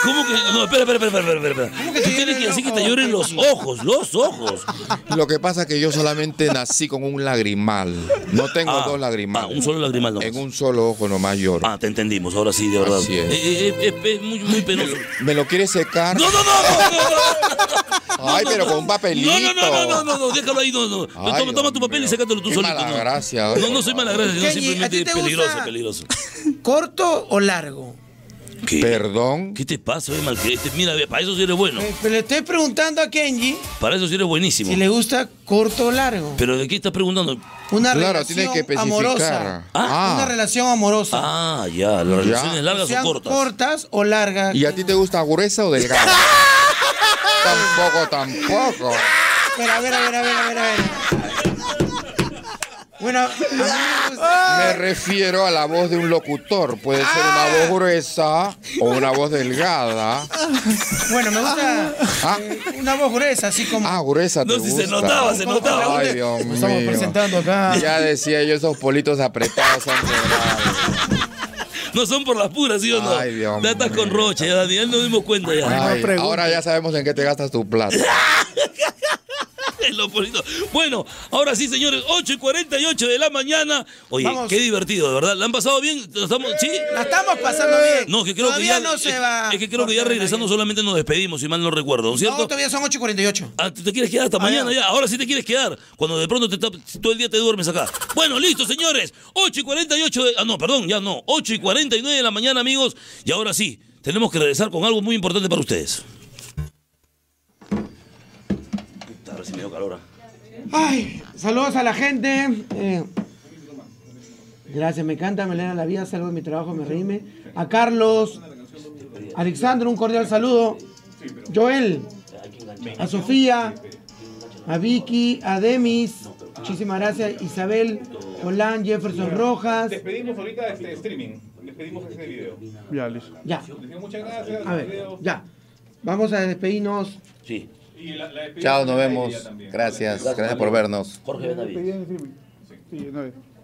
¿Cómo que.? No, espera, espera, espera, espera. espera, espera. Tú tienes que decir que te lloren los ojos, los ojos. Lo que pasa es que yo solamente nací con un lagrimal. No tengo dos lagrimales. Ah, un solo lagrimal nomás. En un solo ojo nomás lloro. Ah, te entendimos, ahora sí, de verdad. Así es. Eh, eh, eh, es, es muy, muy penoso. ¿Me lo quieres secar? No, no, no, no, no, no. Ay, no, pero no. con un papelito. No, no, no, no, no, no, déjalo ahí, no, no. Ay, toma, toma tu papel y sácatelo tú Qué solito. mala no. gracia, No, oye. no soy mala gracia, sino Kenny, ¿a simplemente ti te peligroso, gusta? peligroso. ¿Corto o largo? ¿Qué? Perdón. ¿Qué te pasa, eh, malcriente? Mira, ve, para eso sí eres bueno. Eh, Pero le estoy preguntando a Kenji Para eso sí eres buenísimo. si le gusta corto o largo. Pero ¿de qué estás preguntando? Una Claro, relación tienes que especificar. amorosa. Ah. Una relación amorosa. Ah, ya, las relaciones largas Sean o cortas. cortas o largas. ¿Y a ti te gusta gruesa o delgada? tampoco, tampoco. Pero a ver, a ver, a ver, a ver, a ver. Bueno, Me refiero a la voz de un locutor. Puede ser Ah. una voz gruesa o una voz delgada. bueno, me gusta eh, una voz gruesa, así como. Ah, gruesa, No, ¿te si se gusta? notaba, se notaba. Ay, Dios Nos estamos mío. presentando acá. Ya decía yo, esos politos apretados son verdad. No son por las puras, ¿sí o no? Ay, Dios Ya estás con Roche, ya, ya nos dimos cuenta ya. Ay, ahora ya sabemos en qué te gastas tu plata. El Leopoldito. Bueno, ahora sí, señores, 8 y 48 de la mañana. Oye, Vamos. qué divertido, de verdad. ¿La han pasado bien? ¿La estamos, ¿Sí? La estamos pasando bien. Eh, No, que creo Todavía que ya. no se es- va. Es que creo que ya regresando solamente nos despedimos, si mal no recuerdo, ¿no es No, cierto? todavía son 8 y 48. Ah, tú te quieres quedar hasta mañana ya. Ahora sí te quieres quedar. Cuando de pronto te tap- todo el día te duermes acá. Bueno, listo, señores. 8 y 48 de. Ah, no, perdón, ya no. 8 y 49 de la mañana, amigos. Y ahora sí, tenemos que regresar con algo muy importante para ustedes. Puta, ahora sí me dio calor. ah. Ay, saludos a la gente. eh, gracias, me encanta, me alegra la vida, salgo de mi trabajo, me reíme. A Carlos, Alexandro, un cordial saludo. Joel, a Sofía, a Vicky, a Demis, muchísimas gracias. Isabel, Holán, Jefferson Rojas. Despedimos ahorita este streaming. Despedimos este video. Ya, listo. Ya. Les digo muchas gracias. A ver, ya. Vamos a despedirnos. Sí. Y la, la despedida Chao, con nos la vemos. idea también. Gracias, gracias por vernos. Jorge Pedían en streaming. Sí, no,